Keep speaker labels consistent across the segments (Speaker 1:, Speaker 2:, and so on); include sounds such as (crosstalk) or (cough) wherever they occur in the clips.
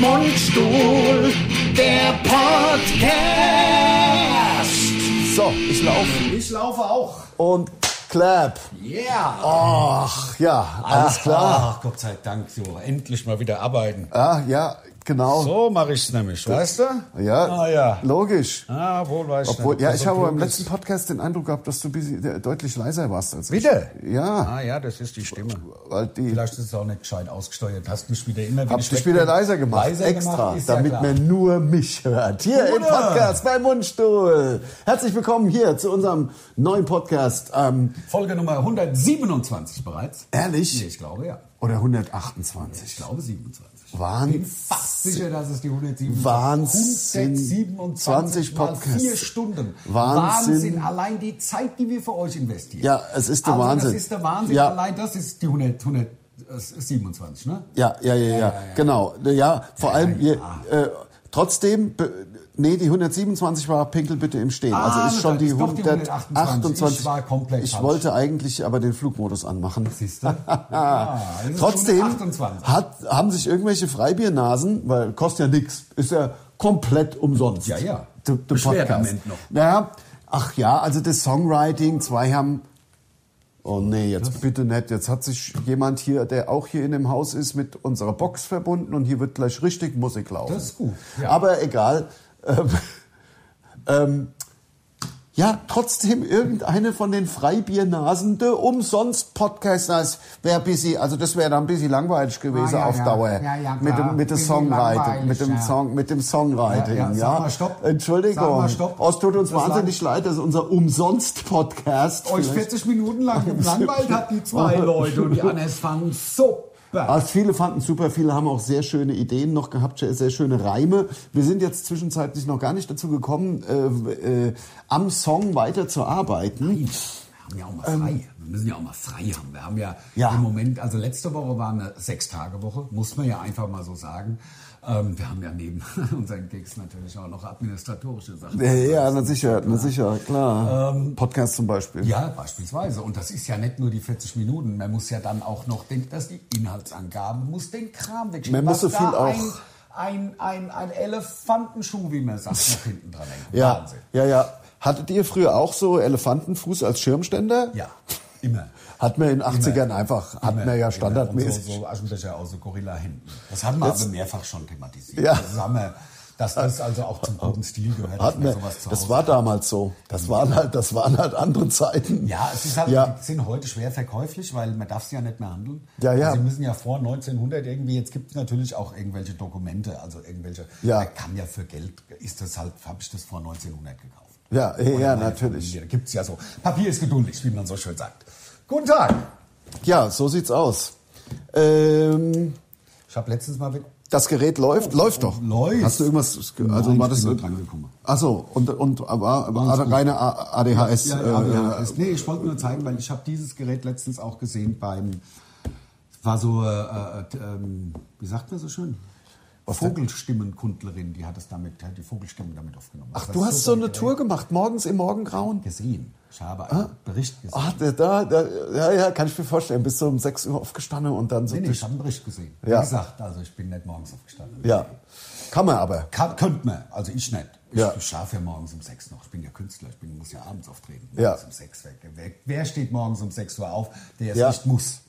Speaker 1: Mundstuhl, der Podcast.
Speaker 2: So, ich laufe
Speaker 1: Ich laufe auch.
Speaker 2: und clap.
Speaker 1: Yeah.
Speaker 2: Ach, ja, alles klar.
Speaker 1: Ach, Gott sei Dank, so. Endlich mal wieder arbeiten.
Speaker 2: Ah, ja, genau.
Speaker 1: So mache ich's nämlich, weißt du?
Speaker 2: Ja,
Speaker 1: Ah, ja.
Speaker 2: logisch.
Speaker 1: Ah, wohl weiß
Speaker 2: Obwohl,
Speaker 1: nicht,
Speaker 2: ja,
Speaker 1: was
Speaker 2: ich
Speaker 1: so
Speaker 2: habe
Speaker 1: klug
Speaker 2: beim
Speaker 1: ist.
Speaker 2: letzten Podcast den Eindruck gehabt, dass du ein bisschen, äh, deutlich leiser warst als ich.
Speaker 1: Bitte?
Speaker 2: Ja,
Speaker 1: Ah, ja, das ist die Stimme.
Speaker 2: weil die
Speaker 1: Vielleicht ist es auch nicht gescheit ausgesteuert. Hast mich wieder immer
Speaker 2: hab
Speaker 1: ich
Speaker 2: dich
Speaker 1: weg
Speaker 2: wieder
Speaker 1: bin,
Speaker 2: leiser gemacht,
Speaker 1: Leiser
Speaker 2: extra,
Speaker 1: gemacht, ist
Speaker 2: damit
Speaker 1: ja klar.
Speaker 2: man nur mich hört. Hier im
Speaker 1: Oder?
Speaker 2: Podcast bei Mundstuhl. Herzlich willkommen hier zu unserem neuen Podcast. Ähm,
Speaker 1: Folge Nummer 127 bereits.
Speaker 2: ehrlich?
Speaker 1: Nee, ich glaube, ja.
Speaker 2: Oder 128?
Speaker 1: Ich glaube 27.
Speaker 2: Wahnsinn.
Speaker 1: Bin fast sicher, dass es die 127
Speaker 2: Wahnsinn.
Speaker 1: 127 mal
Speaker 2: Podcasts.
Speaker 1: vier Stunden.
Speaker 2: Wahnsinn.
Speaker 1: Allein die Zeit, die wir für euch investieren.
Speaker 2: Ja, es ist der
Speaker 1: also
Speaker 2: Wahnsinn.
Speaker 1: Das ist der Wahnsinn.
Speaker 2: Ja.
Speaker 1: Allein das ist die 100, 127, ne?
Speaker 2: Ja, ja, ja, ja, genau. Ja, vor allem, Ihr, äh, trotzdem, be- nee, die 127 war Pinkel bitte im Stehen.
Speaker 1: Ah,
Speaker 2: also
Speaker 1: das
Speaker 2: ist schon die
Speaker 1: ist doch die
Speaker 2: 128.
Speaker 1: Ich war komplett
Speaker 2: Ich
Speaker 1: falsch.
Speaker 2: wollte eigentlich aber den Flugmodus anmachen.
Speaker 1: Siehst du?
Speaker 2: (laughs)
Speaker 1: Ah, das ist
Speaker 2: Trotzdem
Speaker 1: 128.
Speaker 2: hat, haben sich irgendwelche Freibiernasen, weil kostet ja nix, ist ja komplett umsonst.
Speaker 1: Ja, ja.
Speaker 2: Der- der
Speaker 1: Beschwert am
Speaker 2: Podcast.
Speaker 1: Ende noch.
Speaker 2: Naja, ach ja, also das Songwriting, zwei haben Oh nee, jetzt bitte nicht. Jetzt hat sich jemand hier, der auch hier in dem Haus ist, mit unserer Box verbunden und hier wird gleich richtig Musik laufen.
Speaker 1: Das ist gut, ja.
Speaker 2: Aber egal. Ähm, ähm, ja, trotzdem irgendeine von den Freibiernasen, der umsonst Podcast als wäre busy, also das wäre dann ein bisschen langweilig gewesen
Speaker 1: Ah, ja,
Speaker 2: auf
Speaker 1: ja.
Speaker 2: Dauer.
Speaker 1: Ja, ja,
Speaker 2: mit
Speaker 1: klar.
Speaker 2: dem, mit dem
Speaker 1: Bisschen
Speaker 2: Songwriting,
Speaker 1: langweilig,
Speaker 2: mit dem
Speaker 1: ja.
Speaker 2: Song, mit dem Songwriting, ja.
Speaker 1: Ja, ja, sag mal Stopp. Sag
Speaker 2: Entschuldigung.
Speaker 1: mal Stopp.
Speaker 2: Oh, es tut uns
Speaker 1: Das war-
Speaker 2: wahnsinnig leid, dass unser umsonst Podcast
Speaker 1: Euch 40 Minuten
Speaker 2: (laughs)
Speaker 1: lang gelangweilt hat die zwei Leute und die anderen fanden super.
Speaker 2: Also viele fanden super, viele haben auch sehr schöne Ideen noch gehabt, sehr- sehr schöne Reime. Wir sind jetzt zwischenzeitlich noch gar nicht dazu gekommen, äh, äh, am Song weiterzuarbeiten.
Speaker 1: Wir haben ja auch mal frei. Wir müssen ja auch mal frei haben. Wir haben ja,
Speaker 2: Ähm, Ja.
Speaker 1: im Moment, also letzte Woche war eine Sechs-Tage-Woche, muss man ja einfach mal so sagen. Ähm, wir haben ja neben (laughs) unseren Gigs natürlich auch noch administratorische Sachen.
Speaker 2: Ja, ja, na sicher, na sicher, klar. Podcast zum Beispiel.
Speaker 1: Ähm, Ja, beispielsweise. Und das ist ja nicht nur die 40 Minuten. Man muss ja dann auch noch den, das die Inhaltsangaben, muss den Kram wegschieben.
Speaker 2: Man muss
Speaker 1: Was
Speaker 2: so viel
Speaker 1: da Ein,
Speaker 2: auch-
Speaker 1: ein, ein, ein Elefantenschuh, wie man
Speaker 2: (laughs)
Speaker 1: sagt, nach hinten dran hängt.
Speaker 2: ja,
Speaker 1: Wahnsinn.
Speaker 2: ja, ja. Hattet ihr früher auch so Elefantenfuß als Schirmständer?
Speaker 1: Ja, immer.
Speaker 2: Hat man in den 80ern einfach, hat
Speaker 1: Immer,
Speaker 2: man ja
Speaker 1: immer. Und
Speaker 2: standardmäßig.
Speaker 1: So, also so Aschenbecher aus, so Gorilla-Händen. Das haben wir aber mehrfach schon thematisiert.
Speaker 2: Ja. Äh,
Speaker 1: Das haben wir, dass das also auch zum guten Stil gehört, dass
Speaker 2: Hat
Speaker 1: man
Speaker 2: man,
Speaker 1: sowas zu
Speaker 2: das
Speaker 1: Hause
Speaker 2: war damals so. Das waren halt, das waren halt andere Zeiten.
Speaker 1: Ja, es ist halt,
Speaker 2: Ja.
Speaker 1: die sind heute schwer verkäuflich, weil man darf sie ja nicht mehr handeln. Also
Speaker 2: Ja, ja.
Speaker 1: Sie müssen ja vor 1900 irgendwie, jetzt gibt es natürlich auch irgendwelche Dokumente, also irgendwelche,
Speaker 2: Ja.
Speaker 1: man kann ja für Geld, ist das halt, habe ich das vor 1900 gekauft.
Speaker 2: Ja, ja, ja,
Speaker 1: meine
Speaker 2: natürlich.
Speaker 1: Familie, Da gibt es ja so, Papier ist geduldig, wie man so schön sagt. Guten Tag.
Speaker 2: Ja, so sieht's aus. Ähm,
Speaker 1: Ich habe letztens mal mit,
Speaker 2: das Gerät läuft, läuft doch.
Speaker 1: Oh, läuft.
Speaker 2: Hast du irgendwas? ge- Also
Speaker 1: Nein,
Speaker 2: war
Speaker 1: ich
Speaker 2: das?
Speaker 1: bin dran gekommen.
Speaker 2: Achso, und und war, war reine A- ADHS.
Speaker 1: ja,
Speaker 2: äh,
Speaker 1: ja, ja, ist- nee, ich wollte nur zeigen, weil ich habe dieses Gerät letztens auch gesehen beim, war so, äh, äh, t- ähm, wie sagt man so schön? Vogelstimmenkundlerin, die hat es damit, hat die Vogelstimmen damit aufgenommen.
Speaker 2: Ach,
Speaker 1: Das
Speaker 2: du
Speaker 1: ist
Speaker 2: hast so eine Ah.
Speaker 1: Gerät
Speaker 2: Tour gemacht, morgens im Morgengrauen.
Speaker 1: gesehen. Ich habe einen Bericht gesehen.
Speaker 2: Ach, da, da, da, ja, ja, kann ich mir vorstellen. Bist du um 6 Uhr aufgestanden und dann so.
Speaker 1: nee, nee,
Speaker 2: durch-
Speaker 1: ich habe einen Bericht gesehen.
Speaker 2: Ja.
Speaker 1: Wie gesagt, also ich bin nicht morgens aufgestanden.
Speaker 2: Ja, kann man aber.
Speaker 1: Kann, könnte man, also ich nicht. Ich
Speaker 2: Ja.
Speaker 1: schlafe ja morgens um sechs noch. Ich bin ja Künstler, ich bin, muss ja abends auftreten.
Speaker 2: Ja.
Speaker 1: Morgens Um sechs weg. Wer, wer steht morgens um sechs Uhr auf, der es
Speaker 2: Ja.
Speaker 1: nicht muss?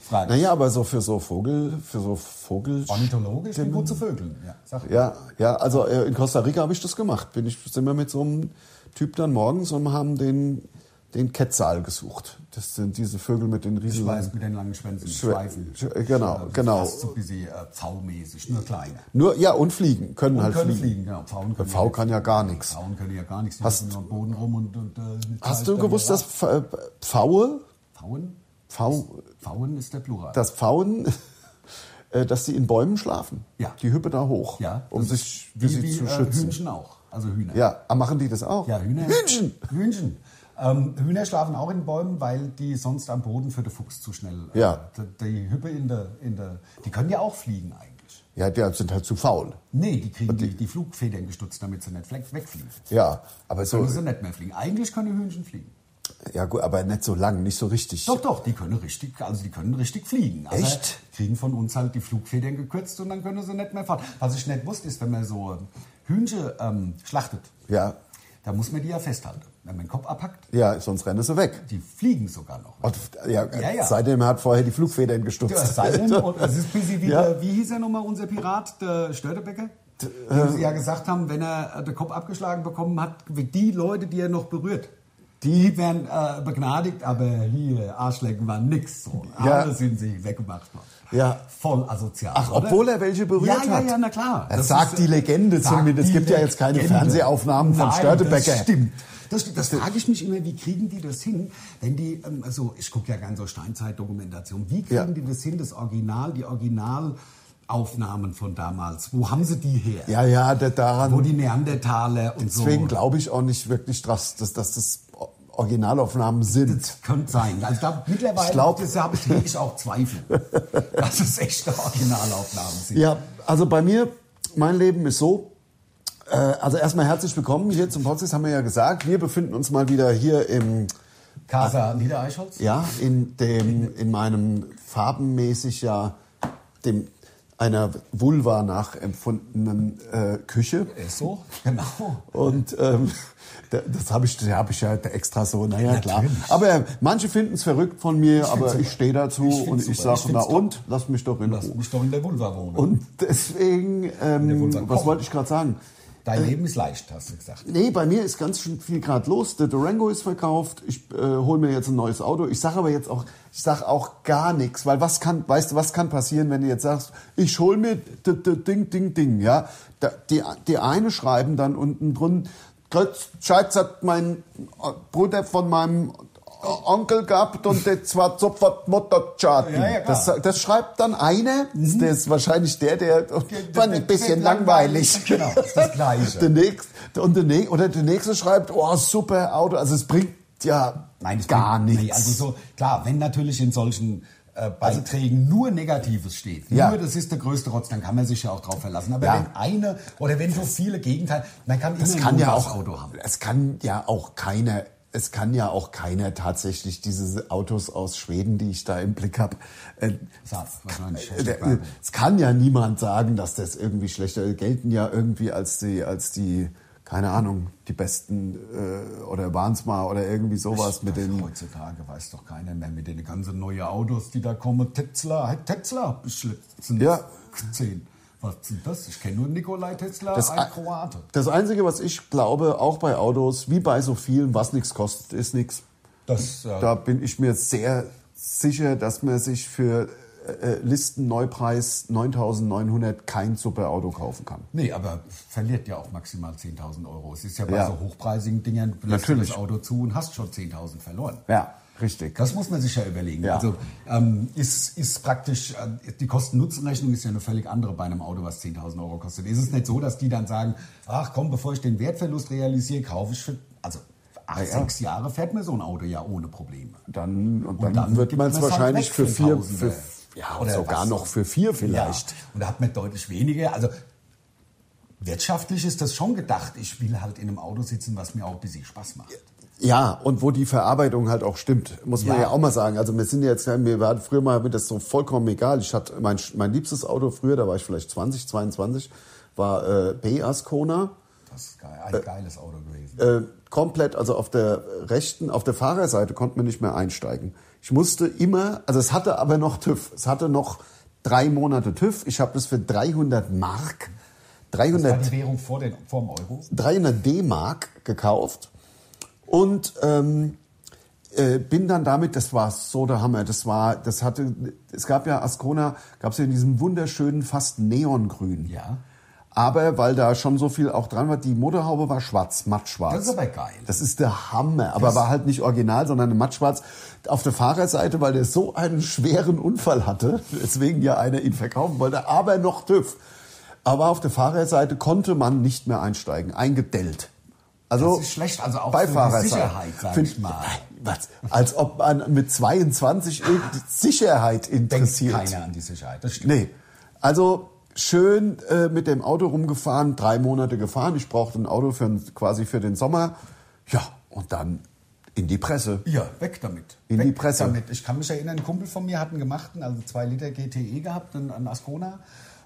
Speaker 1: Frage.
Speaker 2: Naja, aber so für so Vogel, für so Vogel.
Speaker 1: Ornithologisch bin gut zu vögeln. Ja, sag.
Speaker 2: Ja, ja, also äh, in Costa Rica habe ich das gemacht. Bin ich, sind wir mit so einem Typ dann morgens und haben den, den Quetzal gesucht. Das sind diese Vögel mit den riesen
Speaker 1: Ich weiß, mit den langen Schwänzen,
Speaker 2: Schwe-
Speaker 1: Schweifen.
Speaker 2: Sch- genau,
Speaker 1: Äh,
Speaker 2: genau.
Speaker 1: Fast so ein bisschen äh, V-mäßig, nur klein.
Speaker 2: Nur, ja, und fliegen, können halt
Speaker 1: können
Speaker 2: fliegen.
Speaker 1: fliegen, genau. Pfauen können
Speaker 2: V
Speaker 1: nichts.
Speaker 2: kann ja gar nichts.
Speaker 1: Frauen können ja gar nichts. Die
Speaker 2: Hast-
Speaker 1: laufen nur am Boden rum und... und äh, mit
Speaker 2: Hast
Speaker 1: Zeit
Speaker 2: du
Speaker 1: dann
Speaker 2: gewusst,
Speaker 1: wieder
Speaker 2: dass
Speaker 1: ab.
Speaker 2: Pf- äh, Pfaue,
Speaker 1: Pfauen?
Speaker 2: Pfau,
Speaker 1: Pfauen ist der Plural.
Speaker 2: dass Pfauen, (laughs) äh, dass sie in Bäumen schlafen?
Speaker 1: Ja.
Speaker 2: Die hüpfen da hoch,
Speaker 1: ja,
Speaker 2: um
Speaker 1: das
Speaker 2: sich
Speaker 1: ist
Speaker 2: wie
Speaker 1: wie,
Speaker 2: sie
Speaker 1: wie
Speaker 2: zu
Speaker 1: äh,
Speaker 2: schützen.
Speaker 1: Hühnchen auch, also Hühner.
Speaker 2: ja, ah, machen die das auch?
Speaker 1: Ja, Hühner.
Speaker 2: Hühnchen!
Speaker 1: Hühnchen. Ähm, Hühner schlafen auch in Bäumen, weil die sonst am Boden für den Fuchs zu schnell. äh,
Speaker 2: Ja.
Speaker 1: Die, die Hüppe in der, in der. Die können ja auch fliegen eigentlich.
Speaker 2: Ja, die sind halt zu faul.
Speaker 1: Nee, die kriegen die, die Flugfedern gestutzt, damit sie nicht fleck- wegfliegen.
Speaker 2: Ja, aber so.
Speaker 1: Können sie nicht mehr fliegen. Eigentlich können die Hühnchen fliegen.
Speaker 2: Ja gut, aber nicht so lang, nicht so richtig.
Speaker 1: Doch, doch, die können richtig, also die können richtig fliegen. Also
Speaker 2: Echt?
Speaker 1: Kriegen von uns halt die Flugfedern gekürzt und dann können sie nicht mehr fahren. Was ich nicht wusste, ist, wenn man so Hühnchen ähm, schlachtet,
Speaker 2: Ja,
Speaker 1: da muss man die ja festhalten. Wenn man den Kopf abhackt,
Speaker 2: ja, sonst rennen sie weg.
Speaker 1: die fliegen sogar noch.
Speaker 2: Und, ja,
Speaker 1: Ja, ja.
Speaker 2: Seitdem hat vorher die Flugfedern
Speaker 1: Ja,
Speaker 2: gestutzt.
Speaker 1: es sei denn, und es ist ein bisschen wie,
Speaker 2: Ja.
Speaker 1: der, wie hieß er nochmal, unser Pirat, der Störtebecker? Dem sie ja gesagt haben, wenn er äh, den Kopf abgeschlagen bekommen hat, die Leute, die er noch berührt, die werden äh, begnadigt, aber hier, Arschlecken waren nix. So.
Speaker 2: Ja.
Speaker 1: Alle sind sie weggemacht worden.
Speaker 2: Ja.
Speaker 1: Voll asozial.
Speaker 2: Ach,
Speaker 1: oder?
Speaker 2: obwohl er welche berührt
Speaker 1: ja,
Speaker 2: hat.
Speaker 1: Ja, ja, na klar.
Speaker 2: Das
Speaker 1: Das
Speaker 2: sagt
Speaker 1: ist, äh,
Speaker 2: die Legende
Speaker 1: sagt
Speaker 2: zumindest. Es
Speaker 1: die
Speaker 2: gibt ja jetzt keine
Speaker 1: Legende.
Speaker 2: Fernsehaufnahmen von
Speaker 1: Nein,
Speaker 2: Störtebecker.
Speaker 1: Das stimmt. Das, stimmt. das frage ich mich immer, wie kriegen die das hin, wenn die, ähm, also ich gucke ja gerne so Steinzeitdokumentation, wie kriegen
Speaker 2: Ja.
Speaker 1: die das hin, das Original, die Originalaufnahmen von damals, wo haben sie die her?
Speaker 2: Ja, ja, da-
Speaker 1: Wo
Speaker 2: daran.
Speaker 1: die Neandertaler und
Speaker 2: Deswegen
Speaker 1: so.
Speaker 2: glaube ich auch nicht wirklich, dass, dass, dass das Originalaufnahmen sind.
Speaker 1: Das könnte sein. Also da, mittlerweile
Speaker 2: Ich glaub-
Speaker 1: das habe ich, ich auch Zweifel, dass es echte Originalaufnahmen sind.
Speaker 2: Ja, also bei mir, mein Leben ist so. Äh, also erstmal herzlich willkommen hier zum Podcast, haben wir ja gesagt. Wir befinden uns mal wieder hier im,
Speaker 1: Casa Niedereischholz?
Speaker 2: ja, in dem, in meinem farbenmäßig ja, dem, einer Vulva nachempfundenen äh, Küche.
Speaker 1: Ist so? Genau.
Speaker 2: Und ähm, (laughs) da- das habe ich, da hab ich ja extra so, naja, klar.
Speaker 1: Natürlich.
Speaker 2: Aber äh, manche finden es verrückt von mir, aber
Speaker 1: super.
Speaker 2: ich stehe dazu
Speaker 1: Ich find's
Speaker 2: und ich
Speaker 1: super.
Speaker 2: sage,
Speaker 1: Ich
Speaker 2: na
Speaker 1: find's top.
Speaker 2: und, lass mich doch in
Speaker 1: Lass
Speaker 2: Ruhe.
Speaker 1: mich doch in der Vulva wohnen.
Speaker 2: Und deswegen,
Speaker 1: Der
Speaker 2: ähm,
Speaker 1: Wunsch an
Speaker 2: was
Speaker 1: Kochen.
Speaker 2: wollte ich gerade sagen?
Speaker 1: Dein Leben ist leicht, hast du gesagt.
Speaker 2: Nee, bei mir ist ganz schön viel gerade los. Der Durango ist verkauft. Ich äh, hole mir jetzt ein neues Auto. Ich sage aber jetzt auch, ich sage auch gar nichts, weil was kann, weißt du, was kann passieren, wenn du jetzt sagst, ich hole mir d- d- Ding, Ding, Ding, ja? Da, die, die eine schreiben dann unten drunten, Götz Scheitz hat mein äh, Bruder von meinem O- Onkel gehabt
Speaker 1: (laughs)
Speaker 2: und jetzt war sofort Muttercharten.
Speaker 1: Ja, ja, klar. Mhm.
Speaker 2: das, das schreibt dann einer, der ist wahrscheinlich der, der fand ein bisschen langweilig.
Speaker 1: Genau, ist das
Speaker 2: (laughs)
Speaker 1: Gleiche.
Speaker 2: Der nächste, und der, nä- oder der nächste schreibt, oh, super Auto. Also es bringt ja
Speaker 1: Nein, das
Speaker 2: gar
Speaker 1: bringt-
Speaker 2: nichts. Also
Speaker 1: Nee, also so, klar, wenn natürlich in solchen äh, Beiträgen nur Negatives steht,
Speaker 2: Ja.
Speaker 1: nur das ist der größte Rotz, dann kann man sich ja auch drauf verlassen. Aber
Speaker 2: Ja.
Speaker 1: wenn eine oder wenn so viele Gegenteil, man kann
Speaker 2: es
Speaker 1: immer
Speaker 2: kann
Speaker 1: nur
Speaker 2: ja
Speaker 1: das
Speaker 2: auch,
Speaker 1: Auto haben.
Speaker 2: es kann ja auch keiner, es kann ja auch keiner tatsächlich diese Autos aus Schweden, die ich da im Blick habe. Äh,
Speaker 1: Saab, wahrscheinlich.
Speaker 2: äh, äh, es kann ja niemand sagen, dass das irgendwie schlechter gelten ja irgendwie als die als die keine Ahnung die besten äh, oder waren's mal oder irgendwie sowas mit den
Speaker 1: Heutzutage weiß doch keiner mehr mit den ganzen neuen Autos, die da kommen. Tesla, hey, Tesla, ich letztens
Speaker 2: Ja.
Speaker 1: gesehen. Was ist denn das? Ich kenne nur Nikolai Tesla,
Speaker 2: Das
Speaker 1: ein
Speaker 2: ein-
Speaker 1: Kroate.
Speaker 2: Das Einzige, was ich glaube, auch bei Autos, wie bei so vielen, was nichts kostet, ist nichts.
Speaker 1: Das, äh,
Speaker 2: Da bin ich mir sehr sicher, dass man sich für äh, Listenneupreis 9900 kein super Auto kaufen kann.
Speaker 1: Nee, aber verliert ja auch maximal 10.000 Euro. Es ist ja bei
Speaker 2: Ja.
Speaker 1: so hochpreisigen Dingern, du lässt
Speaker 2: Natürlich.
Speaker 1: das Auto zu und hast schon 10.000 verloren.
Speaker 2: Ja, richtig.
Speaker 1: Das muss man sich ja überlegen.
Speaker 2: Ja.
Speaker 1: Also ähm, ist, ist praktisch, äh, die Kosten-Nutzen-Rechnung ist ja eine völlig andere bei einem Auto, was 10.000 Euro kostet. Ist es nicht so, dass die dann sagen, ach komm, bevor ich den Wertverlust realisiere, kaufe ich für, also acht,
Speaker 2: Ja, ja.
Speaker 1: sechs Jahre fährt man so ein Auto ja ohne Probleme.
Speaker 2: Dann, und dann,
Speaker 1: Und dann
Speaker 2: wird
Speaker 1: gibt
Speaker 2: man es
Speaker 1: man's halt
Speaker 2: wahrscheinlich
Speaker 1: weg
Speaker 2: für
Speaker 1: für
Speaker 2: vier, für,
Speaker 1: Tausende.
Speaker 2: ja,
Speaker 1: Oder
Speaker 2: sogar
Speaker 1: was?
Speaker 2: noch für vier vielleicht.
Speaker 1: Ja. Und da hat man deutlich weniger. Also wirtschaftlich ist das schon gedacht. Ich will halt in einem Auto sitzen, was mir auch ein bisschen Spaß macht.
Speaker 2: Ja, und wo die Verarbeitung halt auch stimmt, muss man ja,
Speaker 1: Ja.
Speaker 2: auch mal sagen. Also wir sind ja jetzt, mir war früher mal mir das so vollkommen egal. Ich hatte mein, mein liebstes Auto früher, da war ich vielleicht 20, 22, war äh, B Ascona.
Speaker 1: Das ist geil. ein geiles Auto gewesen.
Speaker 2: Äh, komplett, also auf der rechten, auf der Fahrerseite konnte man nicht mehr einsteigen. Ich musste immer, also es hatte aber noch TÜV. Es hatte noch drei Monate TÜV. Ich habe das für 300 Mark,
Speaker 1: Das war
Speaker 2: 300
Speaker 1: halt die Währung vor, den, vor dem Euro.
Speaker 2: 300 D-Mark gekauft und ähm, äh, bin dann damit, das war so der Hammer, das war, das hatte, es gab ja Ascona, gab es ja in diesem wunderschönen, fast neongrün.
Speaker 1: Ja.
Speaker 2: Aber weil da schon so viel auch dran war, die Motorhaube war schwarz, mattschwarz.
Speaker 1: Das ist aber geil.
Speaker 2: Das ist der Hammer, aber war halt nicht original, sondern mattschwarz. Auf der Fahrerseite, weil der so einen schweren Unfall hatte, (laughs) deswegen ja einer ihn verkaufen wollte, aber noch TÜV. Aber auf der Fahrerseite konnte man nicht mehr einsteigen, eingedellt. Also
Speaker 1: Das ist schlecht, also auch für
Speaker 2: Beifahrerseite.
Speaker 1: die Sicherheit, sag
Speaker 2: Find-
Speaker 1: ich mal.
Speaker 2: Was? Als ob man mit 22 irgendeine Sicherheit
Speaker 1: Denkt
Speaker 2: interessiert.
Speaker 1: keiner an die Sicherheit. Das stimmt.
Speaker 2: Nee. Also schön äh, mit dem Auto rumgefahren, drei Monate gefahren. Ich brauchte ein Auto für, quasi für den Sommer. Ja, und dann In die Presse.
Speaker 1: Ja, weg damit.
Speaker 2: In
Speaker 1: weg
Speaker 2: die Presse.
Speaker 1: Damit. Ich kann mich erinnern, ein Kumpel von mir hat einen gemachten, also zwei Liter GTE gehabt, einen, einen Ascona.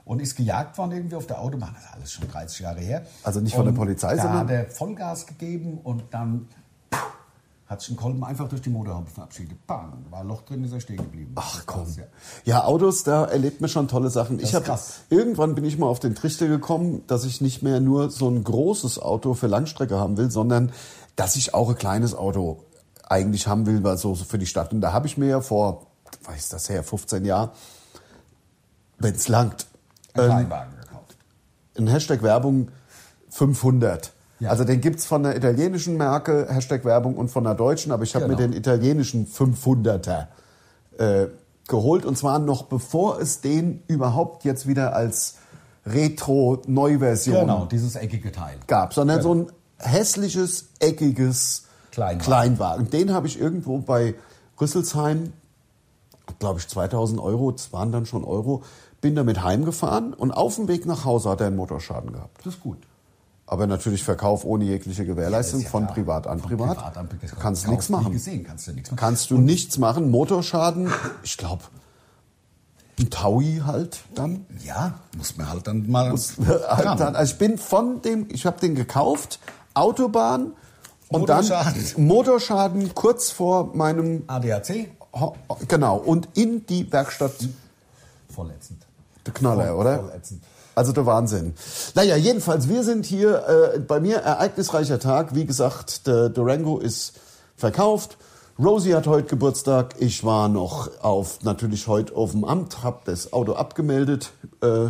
Speaker 1: Und ist gejagt worden irgendwie auf der Autobahn. Das ist alles schon 30 Jahre her.
Speaker 2: Also nicht von
Speaker 1: Und
Speaker 2: der Polizei,
Speaker 1: da
Speaker 2: sondern-
Speaker 1: hat er Vollgas gegeben und dann hat sich ein Kolben einfach durch die Motorhaube verabschiedet. Bang, war ein Loch drin, ist er stehen geblieben.
Speaker 2: Ach komm.
Speaker 1: Ja.
Speaker 2: Ja, Autos, da erlebt man schon tolle Sachen.
Speaker 1: ist
Speaker 2: Ich hab,
Speaker 1: krass.
Speaker 2: irgendwann bin ich mal auf den Trichter gekommen, dass ich nicht mehr nur so ein großes Auto für Langstrecke haben will, sondern dass ich auch ein kleines Auto eigentlich haben will, weil so, so für die Stadt. Und da habe ich mir ja vor, was ist das her, 15 Jahren, wenn es langt, ähm,
Speaker 1: Ein Kleinwagen gekauft.
Speaker 2: ein Hashtag Werbung 500.
Speaker 1: Ja.
Speaker 2: Also den gibt's von der italienischen Marke, Hashtag Werbung und von der deutschen, aber ich habe
Speaker 1: Genau.
Speaker 2: mir den italienischen 500er äh, geholt und zwar noch bevor es den überhaupt jetzt wieder als Retro-Neuversion
Speaker 1: Genau, dieses eckige Teil.
Speaker 2: gab, sondern so ein hässliches, eckiges
Speaker 1: Kleinwagen.
Speaker 2: Kleinwagen. Den habe ich irgendwo bei Rüsselsheim, glaube ich 2000 Euro, das waren dann schon Euro, bin damit heimgefahren und auf dem Weg nach Hause hat er einen Motorschaden gehabt.
Speaker 1: Das ist gut.
Speaker 2: Aber natürlich Verkauf ohne jegliche Gewährleistung
Speaker 1: Das ist ja
Speaker 2: von
Speaker 1: klar.
Speaker 2: privat an
Speaker 1: Von
Speaker 2: privat.
Speaker 1: privat an privat.
Speaker 2: kannst
Speaker 1: Kaufst
Speaker 2: nichts
Speaker 1: nie
Speaker 2: machen.
Speaker 1: gesehen, kannst du nichts machen.
Speaker 2: Kannst du nichts machen. Motorschaden, ich glaube, ein Taui halt dann.
Speaker 1: Ja, muss man halt dann mal.
Speaker 2: Halt dann. Also ich bin von dem, ich habe den gekauft, Autobahn und dann
Speaker 1: Motorschaden.
Speaker 2: Motorschaden kurz vor meinem,
Speaker 1: ADAC,
Speaker 2: Ho- genau, und in die Werkstatt,
Speaker 1: vorletzend.
Speaker 2: der Knaller,
Speaker 1: Voll-
Speaker 2: oder?
Speaker 1: voll ätzend.
Speaker 2: Also der Wahnsinn. Naja, jedenfalls, wir sind hier äh, bei mir, ereignisreicher Tag. Wie gesagt, der Durango ist verkauft. Rosie hat heute Geburtstag. Ich war noch auf, natürlich heute auf dem Amt, habe das Auto abgemeldet. Äh,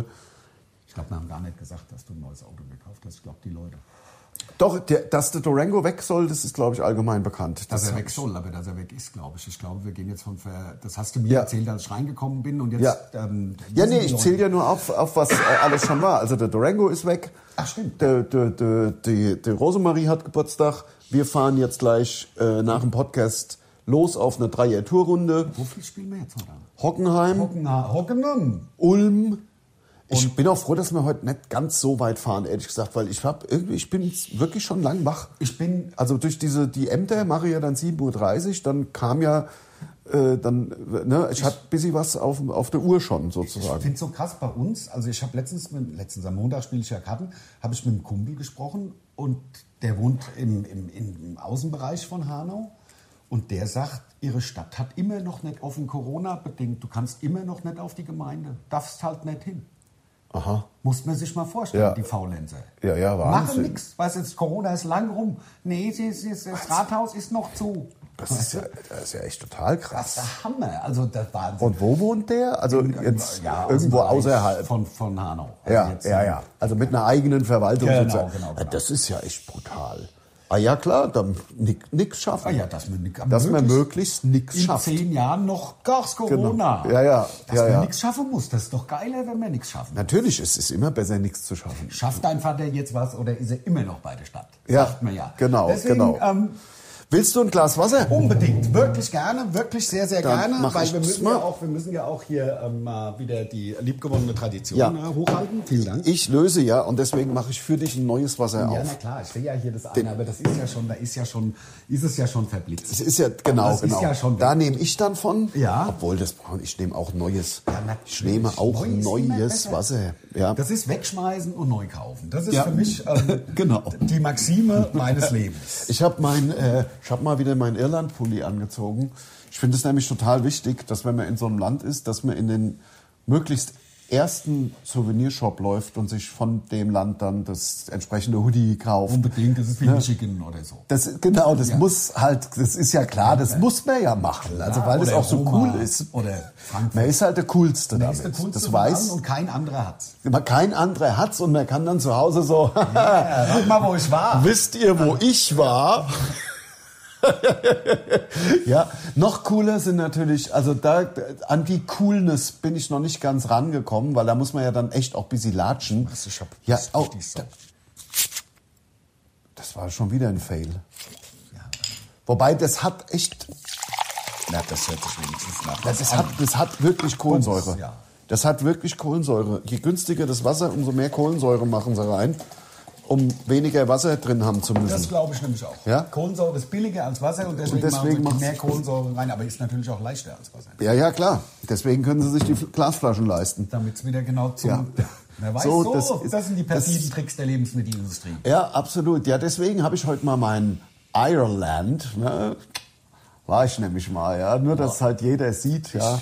Speaker 1: Ich glaube, wir haben gar nicht gesagt, dass du ein neues Auto gekauft hast. Ich glaube, die Leute.
Speaker 2: doch, der, dass der Durango weg soll, das ist, glaube ich, allgemein bekannt.
Speaker 1: Dass
Speaker 2: Das
Speaker 1: er
Speaker 2: hab
Speaker 1: Also, weg
Speaker 2: ich-
Speaker 1: soll, aber dass er weg ist, glaube ich. Ich glaube, wir gehen jetzt von. Ver das hast du mir
Speaker 2: Ja.
Speaker 1: erzählt, als ich reingekommen bin. Und jetzt.
Speaker 2: Ja.
Speaker 1: ähm,
Speaker 2: Ja, nee,
Speaker 1: wissen die
Speaker 2: ich
Speaker 1: Leute-
Speaker 2: zähle ja nur auf, auf was äh, alles schon war. Also der Durango ist weg.
Speaker 1: Ach, stimmt.
Speaker 2: Der, der, der, die, die Rosemarie hat Geburtstag. Wir fahren jetzt gleich äh, nach dem Podcast los auf eine Dreier-Tour-Runde.
Speaker 1: Wo viel spielen wir jetzt heute an?
Speaker 2: Hockenheim,
Speaker 1: Hockenheim. Hockenheim.
Speaker 2: Ulm. Ich bin auch froh, dass wir heute nicht ganz so weit fahren, ehrlich gesagt, weil ich hab irgendwie, ich bin wirklich schon lang wach.
Speaker 1: Ich bin.
Speaker 2: Also durch diese, die Ämter mache ich ja dann 7.30 Uhr, dann kam ja, äh, dann, äh, ne, ich hatte ein bisschen was auf, auf der Uhr schon sozusagen.
Speaker 1: Ich finde es so krass bei uns. Also ich habe letztens, mit, letztens am Montag spiele ich ja Karten, habe ich mit einem Kumpel gesprochen und der wohnt im, im, im Außenbereich von Hanau und der sagt, ihre Stadt hat immer noch nicht offen Corona bedingt. Du kannst immer noch nicht auf die Gemeinde, darfst halt nicht hin.
Speaker 2: Aha.
Speaker 1: Muss man sich mal vorstellen,
Speaker 2: Ja.
Speaker 1: die Faulenzer.
Speaker 2: Ja, ja,
Speaker 1: Machen
Speaker 2: Wahnsinn.
Speaker 1: nichts. Weißt du, jetzt Corona ist lang rum. Nee, das, das, das Rathaus ist noch zu.
Speaker 2: Das ist, ja, das ist ja echt total
Speaker 1: Das ist
Speaker 2: krass.
Speaker 1: der Hammer. Also das war
Speaker 2: Und wo wohnt der? Also jetzt irgendwo
Speaker 1: Außenbereich
Speaker 2: außerhalb.
Speaker 1: Von, von Hanau. Also
Speaker 2: Ja,
Speaker 1: jetzt,
Speaker 2: ja,
Speaker 1: ähm,
Speaker 2: ja. Also mit einer eigenen Verwaltung
Speaker 1: Genau,
Speaker 2: sozusagen.
Speaker 1: genau,
Speaker 2: Ja,
Speaker 1: genau.
Speaker 2: Das ist ja echt brutal. Ah ja, klar, dann nick- nix schaffen.
Speaker 1: Ah ja, dass man nix-
Speaker 2: Dass man
Speaker 1: möglichst
Speaker 2: möglichst nichts
Speaker 1: in
Speaker 2: schafft.
Speaker 1: zehn Jahren noch Gars Corona.
Speaker 2: Genau. Ja, ja,
Speaker 1: Dass
Speaker 2: ja,
Speaker 1: man
Speaker 2: ja.
Speaker 1: nichts schaffen muss. Das ist doch geiler, wenn man nichts schaffen muss.
Speaker 2: Natürlich, es ist immer besser, nichts zu schaffen.
Speaker 1: Schafft dein Vater jetzt was oder ist er immer noch bei der Stadt?
Speaker 2: Ja,
Speaker 1: Sagt man ja.
Speaker 2: genau,
Speaker 1: Deswegen,
Speaker 2: genau.
Speaker 1: Ähm,
Speaker 2: Willst du ein Glas Wasser?
Speaker 1: unbedingt, wirklich gerne, wirklich sehr, sehr
Speaker 2: Dann mach
Speaker 1: gerne, weil
Speaker 2: ich
Speaker 1: wir
Speaker 2: das
Speaker 1: müssen,
Speaker 2: mal.
Speaker 1: ja auch, wir müssen ja auch hier ähm, mal wieder die liebgewonnene Tradition
Speaker 2: Ja.
Speaker 1: äh, hochhalten. Vielen Dank.
Speaker 2: Ich löse ja und deswegen mache ich für dich ein neues Wasser
Speaker 1: ja,
Speaker 2: auf.
Speaker 1: na klar, ich sehe ja hier das eine, aber das ist ja schon, da ist ja schon, ist es ja schon verblitzt.
Speaker 2: Das ist ja genau,
Speaker 1: Das ist
Speaker 2: genau.
Speaker 1: ja schon
Speaker 2: da nehme ich dann von.
Speaker 1: Ja.
Speaker 2: Obwohl das brauche ich nehme auch neues.
Speaker 1: natürlich.
Speaker 2: ich nehme
Speaker 1: Neu
Speaker 2: auch
Speaker 1: ist immer
Speaker 2: neues
Speaker 1: besser.
Speaker 2: Wasser. Ja.
Speaker 1: Das ist wegschmeißen und neu kaufen. Das ist
Speaker 2: Ja.
Speaker 1: für mich ähm,
Speaker 2: (laughs) Genau.
Speaker 1: die Maxime meines Lebens.
Speaker 2: Ich habe mein, äh, ich habe mal wieder meinen Irland-Pulli angezogen. Ich finde es nämlich total wichtig, dass wenn man in so einem Land ist, dass man in den möglichst ersten Souvenirshop läuft und sich von dem Land dann das entsprechende Hoodie kauft.
Speaker 1: Unbedingt, das ist wie Michigan oder so.
Speaker 2: Das genau, das
Speaker 1: Ja.
Speaker 2: muss halt, das ist ja klar, das muss man ja machen. Also weil das
Speaker 1: Oder
Speaker 2: auch so
Speaker 1: Roma
Speaker 2: cool ist.
Speaker 1: Oder
Speaker 2: Man
Speaker 1: Frankfurt.
Speaker 2: ist halt der coolste
Speaker 1: Da
Speaker 2: damit.
Speaker 1: ist der coolste
Speaker 2: das
Speaker 1: von allen
Speaker 2: weiß
Speaker 1: und kein anderer hat's.
Speaker 2: man, kein anderer hat's und man kann dann zu Hause so, (laughs)
Speaker 1: Ja, sag mal, wo ich war.
Speaker 2: wisst ihr, wo ich war? (laughs) ja, noch cooler sind natürlich, also da an die Coolness bin ich noch nicht ganz rangekommen, weil da muss man ja dann echt auch ein bisschen latschen.
Speaker 1: Ich hab
Speaker 2: ja,
Speaker 1: das
Speaker 2: oh,
Speaker 1: richtig so.
Speaker 2: da, das war schon wieder ein Fail.
Speaker 1: Ja.
Speaker 2: Wobei das hat echt
Speaker 1: Na, das hört sich wenigstens nach.
Speaker 2: Das, ist, hat, das hat wirklich Kohlensäure.
Speaker 1: Bums, ja.
Speaker 2: Das hat wirklich Kohlensäure. Je günstiger das Wasser, umso mehr Kohlensäure machen sie rein. um weniger Wasser drin haben zu
Speaker 1: Das
Speaker 2: müssen.
Speaker 1: glaube ich nämlich auch.
Speaker 2: Ja?
Speaker 1: Kohlensäure ist billiger als Wasser und deswegen,
Speaker 2: Und
Speaker 1: machen
Speaker 2: deswegen macht's-
Speaker 1: sie mehr Kohlensäure rein, aber ist natürlich auch leichter als Wasser.
Speaker 2: Ja, ja, klar. Deswegen können sie sich die Fl- Glasflaschen leisten.
Speaker 1: Damit es wieder genau zum.
Speaker 2: Ja.
Speaker 1: Wer weiß,
Speaker 2: So,
Speaker 1: so,
Speaker 2: das
Speaker 1: das,
Speaker 2: ist-
Speaker 1: sind die
Speaker 2: das-
Speaker 1: perfiden Tricks der Lebensmittelindustrie.
Speaker 2: Ja, absolut. Ja, deswegen habe ich heute mal mein Ireland, ne? War ich nämlich mal, ja. Nur, dass halt jeder sieht, ja.
Speaker 1: Ah,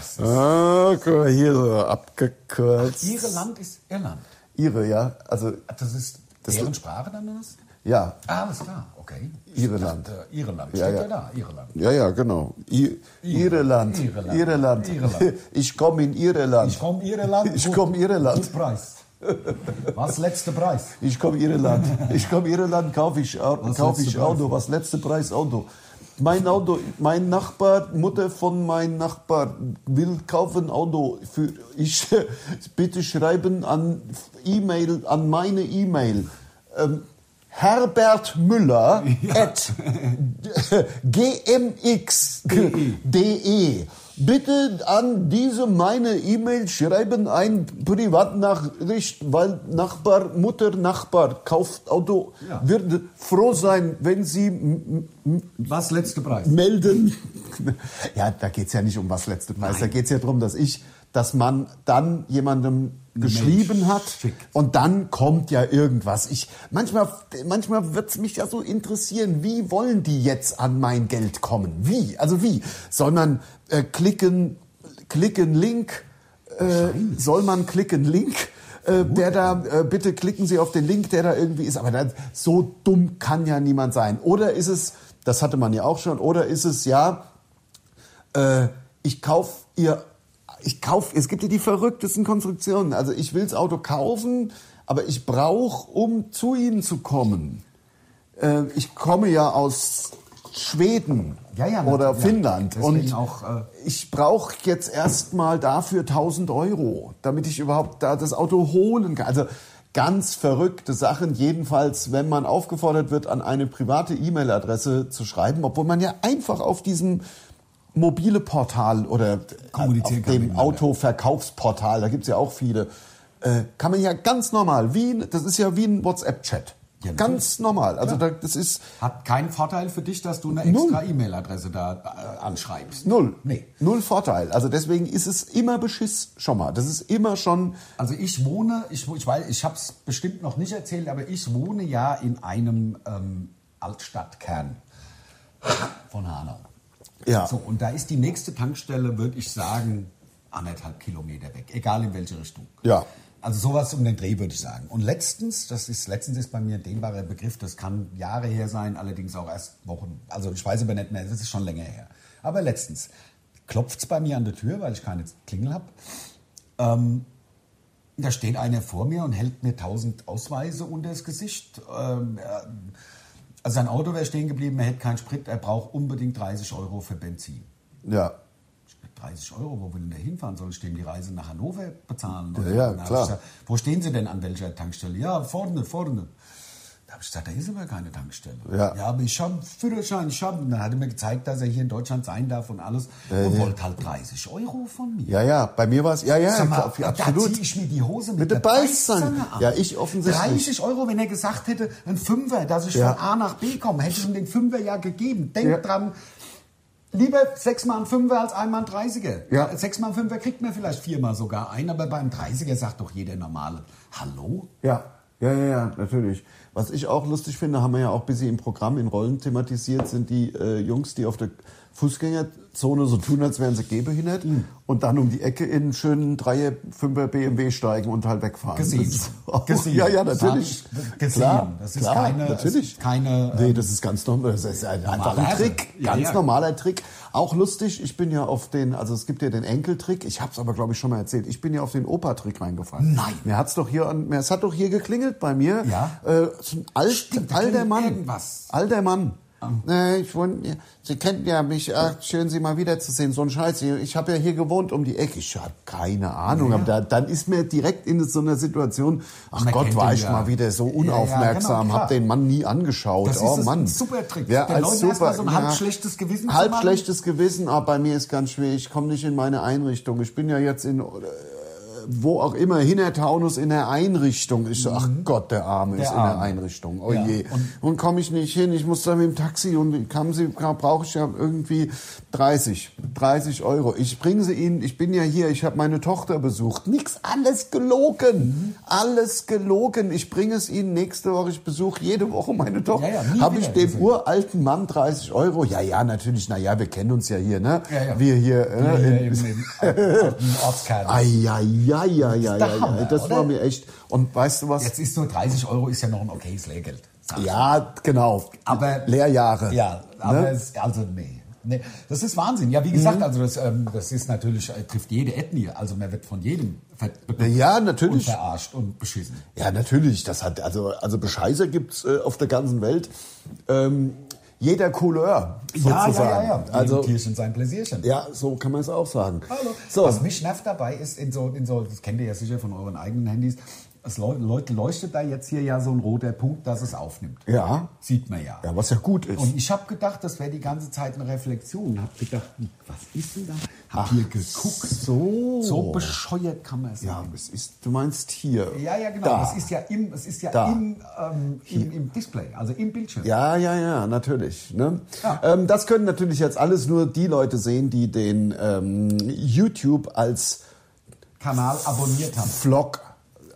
Speaker 1: es ist-
Speaker 2: Ah, guck mal, hier so abgekürzt.
Speaker 1: Ihre Land ist Irland.
Speaker 2: Ihre, ja. Also,
Speaker 1: Das ist
Speaker 2: Das-
Speaker 1: deren Sprache dann das?
Speaker 2: ja.
Speaker 1: Ah, alles klar, okay.
Speaker 2: Ihre Land.
Speaker 1: Äh, Irland,
Speaker 2: Ja,
Speaker 1: steht ja,
Speaker 2: ja.
Speaker 1: da, Irland.
Speaker 2: Ja, ja, genau. I Irland.
Speaker 1: Irland.
Speaker 2: Irland.
Speaker 1: Irland.
Speaker 2: (laughs) Ich komme in Irland.
Speaker 1: Ich komme Irland.
Speaker 2: Ich
Speaker 1: gut.
Speaker 2: komm Irland.
Speaker 1: Gut Preis. Was letzter Preis?
Speaker 2: Ich komme Irland. Ich komme Irland, kaufe ich, Au-
Speaker 1: Was
Speaker 2: kauf ich
Speaker 1: letzte
Speaker 2: Auto. Was letzte Preis Auto? Mein Auto, mein Nachbar, Mutter von meinem Nachbar will kaufen Auto für ich. (laughs) Bitte schreiben an E-Mail an meine E-Mail. Ähm, Herbert Müller at gmx.de. E. Bitte an diese meine E-Mail schreiben ein Privatnachricht, weil Nachbar, Mutter, Nachbar kauft Auto,
Speaker 1: Ja.
Speaker 2: würde froh sein, wenn Sie m- m-
Speaker 1: Was letzter Preis?
Speaker 2: melden. (laughs) Ja, da geht es ja nicht um was letzte Preis. Da geht es ja darum, dass ich, dass man dann jemandem geschrieben hat
Speaker 1: schickt.
Speaker 2: und dann kommt ja irgendwas. Ich, manchmal manchmal wird es mich ja so interessieren, wie wollen die jetzt an mein Geld kommen? Wie? Also wie? Sondern äh, klicken, klicken Link. Äh, soll man klicken Link? Äh, der da, äh, bitte klicken Sie auf den Link, der da irgendwie ist. Aber dann, so dumm kann ja niemand sein. Oder ist es, das hatte man ja auch schon, oder ist es ja, äh, ich kauf ihr, ich kauf, es gibt ja die verrücktesten Konstruktionen. Also ich will das Auto kaufen, aber ich brauche, um zu ihnen zu kommen. Äh, ich komme ja aus Schweden
Speaker 1: Ja, ja,
Speaker 2: oder
Speaker 1: natürlich, ja.
Speaker 2: Finnland
Speaker 1: Deswegen
Speaker 2: und
Speaker 1: auch, äh,
Speaker 2: ich brauche jetzt erstmal dafür 1000 Euro, damit ich überhaupt da das Auto holen kann. Also ganz verrückte Sachen, jedenfalls, wenn man aufgefordert wird, an eine private E-Mail-Adresse zu schreiben, obwohl man ja einfach auf diesem mobile Portal oder äh, auf
Speaker 1: Kommunizieren kann
Speaker 2: dem
Speaker 1: miteinander.
Speaker 2: Autoverkaufsportal, da gibt es ja auch viele, äh, kann man ja ganz normal, wie, ein- das ist ja wie ein WhatsApp-Chat.
Speaker 1: Ja, natürlich.
Speaker 2: ganz normal. Also da, das ist
Speaker 1: Hat keinen Vorteil für dich, dass du eine extra E-Mail-Adresse da äh, anschreibst.
Speaker 2: Null.
Speaker 1: Nee.
Speaker 2: Null Vorteil. Also deswegen ist es immer Beschiss schon mal. Das ist immer schon.
Speaker 1: Also ich wohne, ich, wo- ich weiß, ich habe es bestimmt noch nicht erzählt, aber ich wohne ja in einem ähm, Altstadtkern von Hanau.
Speaker 2: Ja.
Speaker 1: So, und da ist die nächste Tankstelle, würde ich sagen, anderthalb Kilometer weg, egal in welche Richtung.
Speaker 2: Ja.
Speaker 1: Also sowas um den Dreh würde ich sagen. Und letztens, das ist letztens ist bei mir ein dehnbarer Begriff, das kann Jahre her sein, allerdings auch erst Wochen. Also ich weiß aber nicht mehr, das ist schon länger her. Aber letztens klopft es bei mir an der Tür, weil ich keine Klingel habe. Da steht einer vor mir und hält mir tausend Ausweise unter das Gesicht. Ähm, er- also sein Auto wäre stehen geblieben, er hätte keinen Sprit, er braucht unbedingt 30 Euro für Benzin.
Speaker 2: Ja.
Speaker 1: 30 Euro, wo will denn der hinfahren? Soll ich dem die Reise nach Hannover bezahlen?
Speaker 2: ja,
Speaker 1: dann hab
Speaker 2: klar.
Speaker 1: Ich gesagt, wo stehen Sie denn an welcher Tankstelle? Ja, vorne, vorne. Da habe ich gesagt, da ist aber keine Tankstelle.
Speaker 2: Ja.
Speaker 1: aber ich habe Führerschein, ich habe. Dann hat er mir gezeigt, dass er hier in Deutschland sein darf und alles. und wollte halt 30 Euro von mir.
Speaker 2: Ja, ja. Bei mir war es. Ja, ja.
Speaker 1: Sag mal,
Speaker 2: klar,
Speaker 1: Da
Speaker 2: absolut.
Speaker 1: zieh ich mir die Hose mit,
Speaker 2: Mit der Beißzange an. Ja, ich offensichtlich.
Speaker 1: 30 Euro, wenn er gesagt hätte, ein Fünfer, dass ich
Speaker 2: Ja.
Speaker 1: von A nach B komme, hätte ich ihm den Fünfer ja gegeben. Denk
Speaker 2: Ja.
Speaker 1: dran, lieber sechsmal ein Fünfer als einmal ein Dreißiger.
Speaker 2: Ja.
Speaker 1: Sechsmal ein Fünfer kriegt man vielleicht viermal sogar ein, aber beim Dreißiger sagt doch jeder Normale, hallo?
Speaker 2: Ja, ja, ja, ja, natürlich. Was ich auch lustig finde, haben wir ja auch ein bisschen im Programm in Rollen thematisiert, sind die äh, Jungs, die auf der Fußgängerzone so tun, als wären sie gehbehindert
Speaker 1: Mhm.
Speaker 2: und dann um die Ecke in einen schönen 3er, 5er BMW steigen und halt wegfahren.
Speaker 1: Gesehen.
Speaker 2: Das ist auch-
Speaker 1: Gesehen.
Speaker 2: Ja, ja, natürlich.
Speaker 1: Sag ich, gesehen.
Speaker 2: Klar,
Speaker 1: Das ist
Speaker 2: klar,
Speaker 1: keine- das
Speaker 2: natürlich.
Speaker 1: ist keine,
Speaker 2: nee,
Speaker 1: ähm,
Speaker 2: das ist ganz normal. Das ist ein, einfach ein
Speaker 1: Normalerweise.
Speaker 2: Trick.
Speaker 1: Ja,
Speaker 2: Ganz
Speaker 1: ja.
Speaker 2: normaler Trick. Auch lustig, ich bin ja auf den, also es gibt ja den Enkeltrick, ich habe es aber glaube ich schon mal erzählt, ich bin ja auf den Opa-Trick reingefallen.
Speaker 1: Nein.
Speaker 2: Mir hat's doch hier, an- mir, es hat doch hier geklingelt bei mir.
Speaker 1: Ja?
Speaker 2: Äh, es ist ein alt,
Speaker 1: Stimmt, da
Speaker 2: alter
Speaker 1: klingelt
Speaker 2: Mann.
Speaker 1: irgendwas. Ah.
Speaker 2: Alter Mann. Nee, ich wohne, Sie kennen ja mich, ach, schön Sie mal wiederzusehen, so ein Scheiß. Ich habe ja hier gewohnt um die Ecke. Ich habe keine Ahnung, aber da, dann ist mir direkt in so einer Situation, ach
Speaker 1: Man
Speaker 2: Gott,
Speaker 1: kennt
Speaker 2: war
Speaker 1: ihn
Speaker 2: ich
Speaker 1: ja.
Speaker 2: mal wieder so
Speaker 1: Ja, ja, genau,
Speaker 2: unaufmerksam, hab
Speaker 1: klar.
Speaker 2: habe den Mann nie angeschaut.
Speaker 1: Das ist
Speaker 2: oh
Speaker 1: das-
Speaker 2: Mann.
Speaker 1: ein super Trick.
Speaker 2: Ja,
Speaker 1: Den
Speaker 2: als
Speaker 1: Leuten
Speaker 2: super,
Speaker 1: erst mal so ein halb schlechtes Gewissen zu
Speaker 2: Halb
Speaker 1: machen.
Speaker 2: schlechtes Gewissen, aber bei mir ist ganz schwierig. Ich komme nicht in meine Einrichtung. Ich bin ja jetzt in äh, wo auch immer, hinter Taunus in der Einrichtung. Ich so, ach Gott, der Arme ist in
Speaker 1: Mhm. Arme.
Speaker 2: der Einrichtung. Oh
Speaker 1: Ja,
Speaker 2: je.
Speaker 1: und-
Speaker 2: Und, komme ich nicht hin, ich muss da mit dem Taxi und kam sie, brauche ich ja irgendwie 30, 30 Euro. Ich bringe sie ihnen, ich bin ja hier, ich habe meine Tochter besucht. Nix, alles gelogen.
Speaker 1: Mhm.
Speaker 2: Alles gelogen. Ich bringe es ihnen nächste Woche, ich besuche jede Woche meine Tochter.
Speaker 1: Ja,
Speaker 2: Ja,
Speaker 1: ja, nie
Speaker 2: habe ich
Speaker 1: wieder
Speaker 2: dem
Speaker 1: gesehen.
Speaker 2: uralten Mann 30 Euro? Ja, ja, natürlich, na ja, wir kennen uns ja hier, ne?
Speaker 1: Ja, ja.
Speaker 2: Wir hier, äh, in,
Speaker 1: Im, im, im
Speaker 2: (laughs)
Speaker 1: Ortskern.
Speaker 2: Ah. Eieieiei,
Speaker 1: der Hammer,
Speaker 2: das
Speaker 1: oder?
Speaker 2: war mir echt. Und weißt du was?
Speaker 1: Jetzt ist nur 30 Euro ist ja noch ein okayes Lehrgeld.
Speaker 2: ja, genau.
Speaker 1: Aber-
Speaker 2: Lehrjahre.
Speaker 1: Ja, aber
Speaker 2: Ne?
Speaker 1: es, also nee. Nee, das ist Wahnsinn. Ja, wie gesagt, also das, ähm, das ist natürlich, äh, trifft jede Ethnie. Also man wird von jedem ver
Speaker 2: Ja,
Speaker 1: und
Speaker 2: natürlich.
Speaker 1: verarscht und beschissen.
Speaker 2: Ja, natürlich. Das hat also also Bescheißer gibt's äh, auf der ganzen Welt. Ähm, jeder Couleur sozusagen.
Speaker 1: Also,
Speaker 2: Also
Speaker 1: Jedem Tierchen sein Pläsierchen.
Speaker 2: ja, so kann man es auch sagen.
Speaker 1: Hallo.
Speaker 2: So,
Speaker 1: Was mich nervt dabei ist, in so, in so, das kennt ihr ja sicher von euren eigenen Handys, es leu leucht- leuchtet da jetzt hier ja so ein roter Punkt, dass es aufnimmt.
Speaker 2: ja,
Speaker 1: Sieht man ja.
Speaker 2: ja, was ja gut ist.
Speaker 1: Und ich habe gedacht, das wäre die ganze Zeit eine Reflexion. Habe gedacht, was ist denn da? Hab
Speaker 2: Ach,
Speaker 1: hier geguckt.
Speaker 2: so.
Speaker 1: So bescheuert kann man es
Speaker 2: ja,
Speaker 1: sein.
Speaker 2: es ist. Du meinst hier.
Speaker 1: Ja, ja, genau.
Speaker 2: Da.
Speaker 1: Es ist ja im, es ist ja
Speaker 2: Da.
Speaker 1: im, ähm, im, im Display, also im Bildschirm.
Speaker 2: Ja, ja, ja, natürlich. Ne?
Speaker 1: Ja.
Speaker 2: Ähm, das können natürlich jetzt alles nur die Leute sehen, die den ähm, YouTube als
Speaker 1: Kanal abonniert haben.
Speaker 2: Vlog,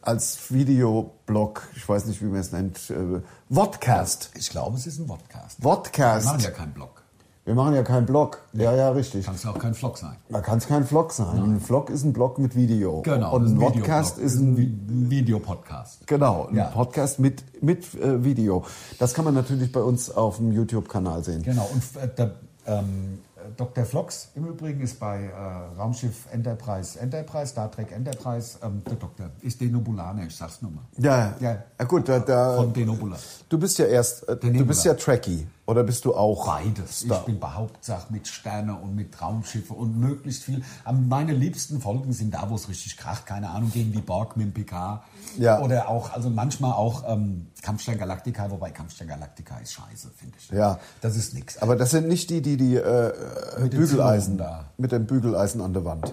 Speaker 2: als Videoblog, ich weiß nicht, wie man es nennt, äh, Vodcast.
Speaker 1: Ich glaube, es ist ein Podcast. Wir machen
Speaker 2: Vodcast.
Speaker 1: ja keinen Blog.
Speaker 2: Wir machen ja keinen Blog. Ja, ja, richtig.
Speaker 1: Kann es ja auch kein Vlog sein.
Speaker 2: Da kann es kein Vlog sein. Ein Vlog ist ein Blog mit Video.
Speaker 1: Genau.
Speaker 2: Und
Speaker 1: das
Speaker 2: ein
Speaker 1: ist
Speaker 2: Vodcast
Speaker 1: Videoblog.
Speaker 2: ist ein
Speaker 1: Vi- Videopodcast.
Speaker 2: Genau, ein
Speaker 1: Ja.
Speaker 2: Podcast mit, mit äh, Video. Das kann man natürlich bei uns auf dem YouTube-Kanal sehen.
Speaker 1: Genau. Und äh, der, ähm, Dr. Vlogs im Übrigen ist bei äh, Raumschiff Enterprise, Enterprise, Star Trek Enterprise, ähm, der Doktor ist Denobulane, ich sag's nur mal.
Speaker 2: Ja,
Speaker 1: Ja.
Speaker 2: ja. ja gut, da, da,
Speaker 1: Von Denobula.
Speaker 2: Du bist ja erst, äh,
Speaker 1: nehmen
Speaker 2: du bist
Speaker 1: wir.
Speaker 2: ja Trekkie. Oder bist du auch?
Speaker 1: Beides. Ich
Speaker 2: Star?
Speaker 1: bin bei Hauptsache mit Sterne und mit Raumschiffe und möglichst viel. Am- Meine liebsten Folgen sind da, wo es richtig kracht. Keine Ahnung, gegen die Borg mit dem PK.
Speaker 2: Ja.
Speaker 1: Oder auch, also manchmal auch ähm, Kampfstern Galactica, wobei Kampfstern Galactica ist scheiße, finde ich.
Speaker 2: Ja.
Speaker 1: Das ist nix.
Speaker 2: Aber das sind nicht die, die die äh,
Speaker 1: Mit den Zylonen
Speaker 2: Bügeleisen
Speaker 1: da.
Speaker 2: mit dem Bügeleisen an der Wand.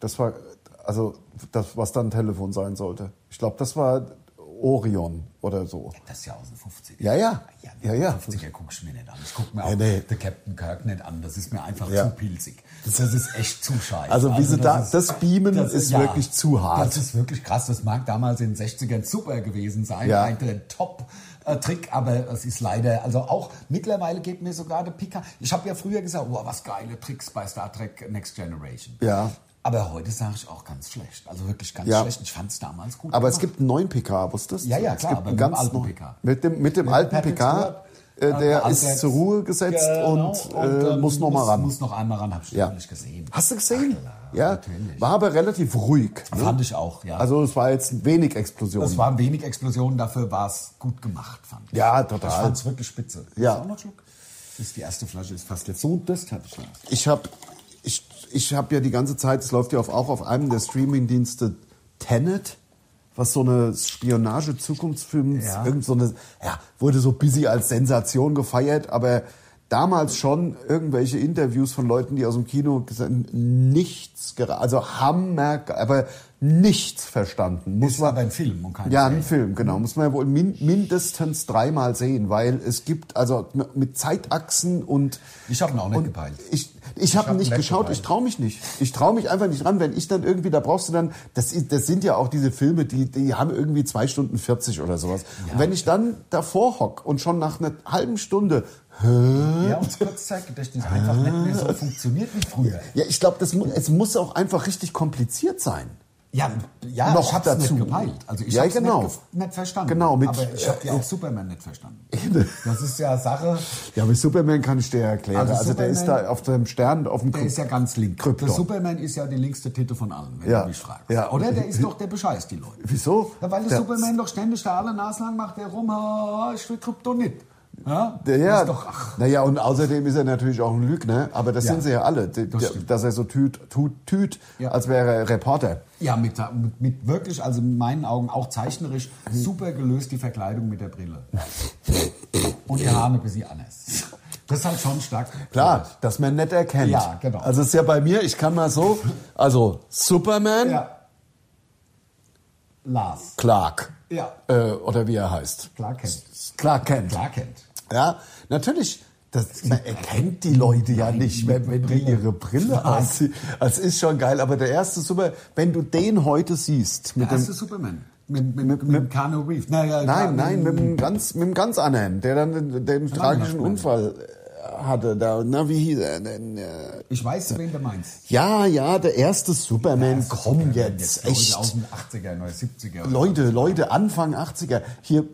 Speaker 2: Das war also das, was dann ein Telefon sein sollte. Ich glaube, das war Orion oder so.
Speaker 1: Das ist ja aus den 50
Speaker 2: Ja, ja, ja, ja.
Speaker 1: 50er gucke ich mir nicht an. Ich gucke mir auch
Speaker 2: Ja, nee.
Speaker 1: The Captain Kirk nicht an. Das ist mir einfach
Speaker 2: Ja.
Speaker 1: zu pilzig. Das ist echt zu scheiße.
Speaker 2: Also, wie sie da- das Beamen ist
Speaker 1: ja,
Speaker 2: wirklich zu hart.
Speaker 1: Das ist wirklich krass. Das mag damals in den 60ern super gewesen sein.
Speaker 2: Ja.
Speaker 1: Ein äh, Top-Trick, aber es ist leider, also auch mittlerweile geht mir sogar der Picker. Ich habe ja früher gesagt, wow, was geile Tricks bei Star Trek Next Generation.
Speaker 2: Ja.
Speaker 1: Aber heute sage ich auch ganz schlecht. Also wirklich ganz
Speaker 2: Ja.
Speaker 1: schlecht. Ich fand es damals gut.
Speaker 2: Aber es
Speaker 1: gemacht.
Speaker 2: gibt einen neuen PK, wusstest du?
Speaker 1: Ja, ja,
Speaker 2: es
Speaker 1: klar, aber
Speaker 2: gibt einen
Speaker 1: mit dem
Speaker 2: ganz
Speaker 1: alten
Speaker 2: neuen-
Speaker 1: PK.
Speaker 2: Mit dem, mit dem alten
Speaker 1: Patrick
Speaker 2: PK,
Speaker 1: Stewart,
Speaker 2: äh, der
Speaker 1: äh,
Speaker 2: ist
Speaker 1: Ansatz.
Speaker 2: zur Ruhe gesetzt
Speaker 1: Genau,
Speaker 2: und, äh,
Speaker 1: ähm,
Speaker 2: muss nochmal ran.
Speaker 1: Muss noch einmal ran, habe ich
Speaker 2: Ja.
Speaker 1: natürlich gesehen.
Speaker 2: Hast du gesehen?
Speaker 1: Ach,
Speaker 2: ja,
Speaker 1: natürlich.
Speaker 2: war aber relativ ruhig. Ne?
Speaker 1: Fand ich auch, ja.
Speaker 2: Also es war jetzt wenig Explosionen.
Speaker 1: es waren wenig Explosionen, dafür war es gut gemacht, fand ich.
Speaker 2: Ja, total.
Speaker 1: Ich fand es wirklich spitze.
Speaker 2: Ja.
Speaker 1: Ist auch noch ein Schluck? Das ist die erste Flasche, ist fast jetzt so, das habe ich noch.
Speaker 2: ich habe ich, ich hab ja die ganze Zeit, es läuft ja auf, auch auf einem der Streamingdienste Tenet, was so eine Spionage-Zukunftsfilm ist,
Speaker 1: Ja.
Speaker 2: irgend so eine, ja, wurde so busy als Sensation gefeiert, aber damals schon irgendwelche Interviews von Leuten, die aus dem Kino gesagt haben, nichts, gera- also Hammer, aber nichts verstanden. Muss
Speaker 1: Ist
Speaker 2: man,
Speaker 1: aber ein Film und kein
Speaker 2: Ja,
Speaker 1: Serie.
Speaker 2: ein Film, genau. Muss man ja wohl min mindestens dreimal sehen, weil es gibt, also m- mit Zeitachsen und
Speaker 1: Ich habe ihn auch nicht
Speaker 2: und
Speaker 1: gepeilt.
Speaker 2: Ich, ich habe
Speaker 1: hab
Speaker 2: hab nicht
Speaker 1: ihn
Speaker 2: geschaut,
Speaker 1: weggereicht.
Speaker 2: ich traue mich nicht. Ich traue mich einfach nicht ran, wenn ich dann irgendwie, da brauchst du dann, das, ist- das sind ja auch diese Filme, die, die haben irgendwie zwei Stunden 40 oder sowas. und wenn ich dann davor hock und schon nach einer halben Stunde, hä?
Speaker 1: Ja, und das Kurzzeitgedächtnis einfach nicht mehr so funktioniert wie früher.
Speaker 2: ja, ich glaube, das mu- es muss auch einfach richtig kompliziert sein.
Speaker 1: Ja, ja
Speaker 2: Noch
Speaker 1: ich hab's
Speaker 2: dazu.
Speaker 1: nicht gepeilt. Also ich
Speaker 2: Ja,
Speaker 1: hab's
Speaker 2: genau.
Speaker 1: nicht, gef- nicht verstanden.
Speaker 2: Genau, mit-
Speaker 1: aber ich habe ja auch Superman nicht verstanden. Das ist ja Sache,
Speaker 2: Ja, aber Superman kann ich dir erklären.
Speaker 1: Also
Speaker 2: Also, der ist
Speaker 1: Superman-
Speaker 2: da auf dem Stern, auf dem
Speaker 1: Der ist ja ganz link.
Speaker 2: Krypton.
Speaker 1: Der Superman ist ja die linkste Titel von allen, wenn
Speaker 2: Ja.
Speaker 1: du mich fragst.
Speaker 2: Ja.
Speaker 1: Oder? Der ist doch, der bescheißt die Leute.
Speaker 2: Wieso?
Speaker 1: Ja, weil der,
Speaker 2: Der-
Speaker 1: Superman doch ständig da alle Nase lang macht, der rum, "Ah, ich will Kryptonit. Ja?
Speaker 2: Ja,
Speaker 1: Das
Speaker 2: ja.
Speaker 1: Ist doch, ach,
Speaker 2: naja, und außerdem ist er natürlich auch ein Lügner, aber das
Speaker 1: Ja.
Speaker 2: sind sie ja alle, die,
Speaker 1: Das
Speaker 2: die-
Speaker 1: stimmt.
Speaker 2: dass er so tüt, tut, tüt
Speaker 1: Ja.
Speaker 2: als wäre er Reporter.
Speaker 1: ja mit, mit, mit wirklich, also in meinen Augen auch zeichnerisch, super gelöst die Verkleidung mit der Brille. Und die Haare ein bisschen anders. Das ist halt schon stark.
Speaker 2: Klar, dass man nett erkennt.
Speaker 1: Ja, genau.
Speaker 2: Also es ist ja bei mir, ich kann mal so, also Superman,
Speaker 1: Ja. Lars.
Speaker 2: Clark.
Speaker 1: Ja.
Speaker 2: Äh, oder wie er heißt.
Speaker 1: Clark Kent.
Speaker 2: Clark Kent.
Speaker 1: Clark Kent.
Speaker 2: Ja, natürlich. Das, man erkennt die Leute ja nicht, wenn, wenn die ihre Brille anziehen. Das ist schon geil. Aber der erste Super, wenn du den heute siehst, mit
Speaker 1: Der erste
Speaker 2: dem,
Speaker 1: Superman. Mit, mit, mit, mit Kano Reeves. Naja,
Speaker 2: nein,
Speaker 1: ja,
Speaker 2: nein, mit dem ganz, mit dem ganz anderen, der dann den, den tragischen
Speaker 1: Mann.
Speaker 2: Unfall äh, hatte, da, na, wie hieß er denn, äh,
Speaker 1: Ich weiß, wen du meinst.
Speaker 2: Ja, ja, der erste Superman, komm jetzt, echt.
Speaker 1: Aus den 80er, 70er.
Speaker 2: Leute, Leute, Anfang 80er. Hier,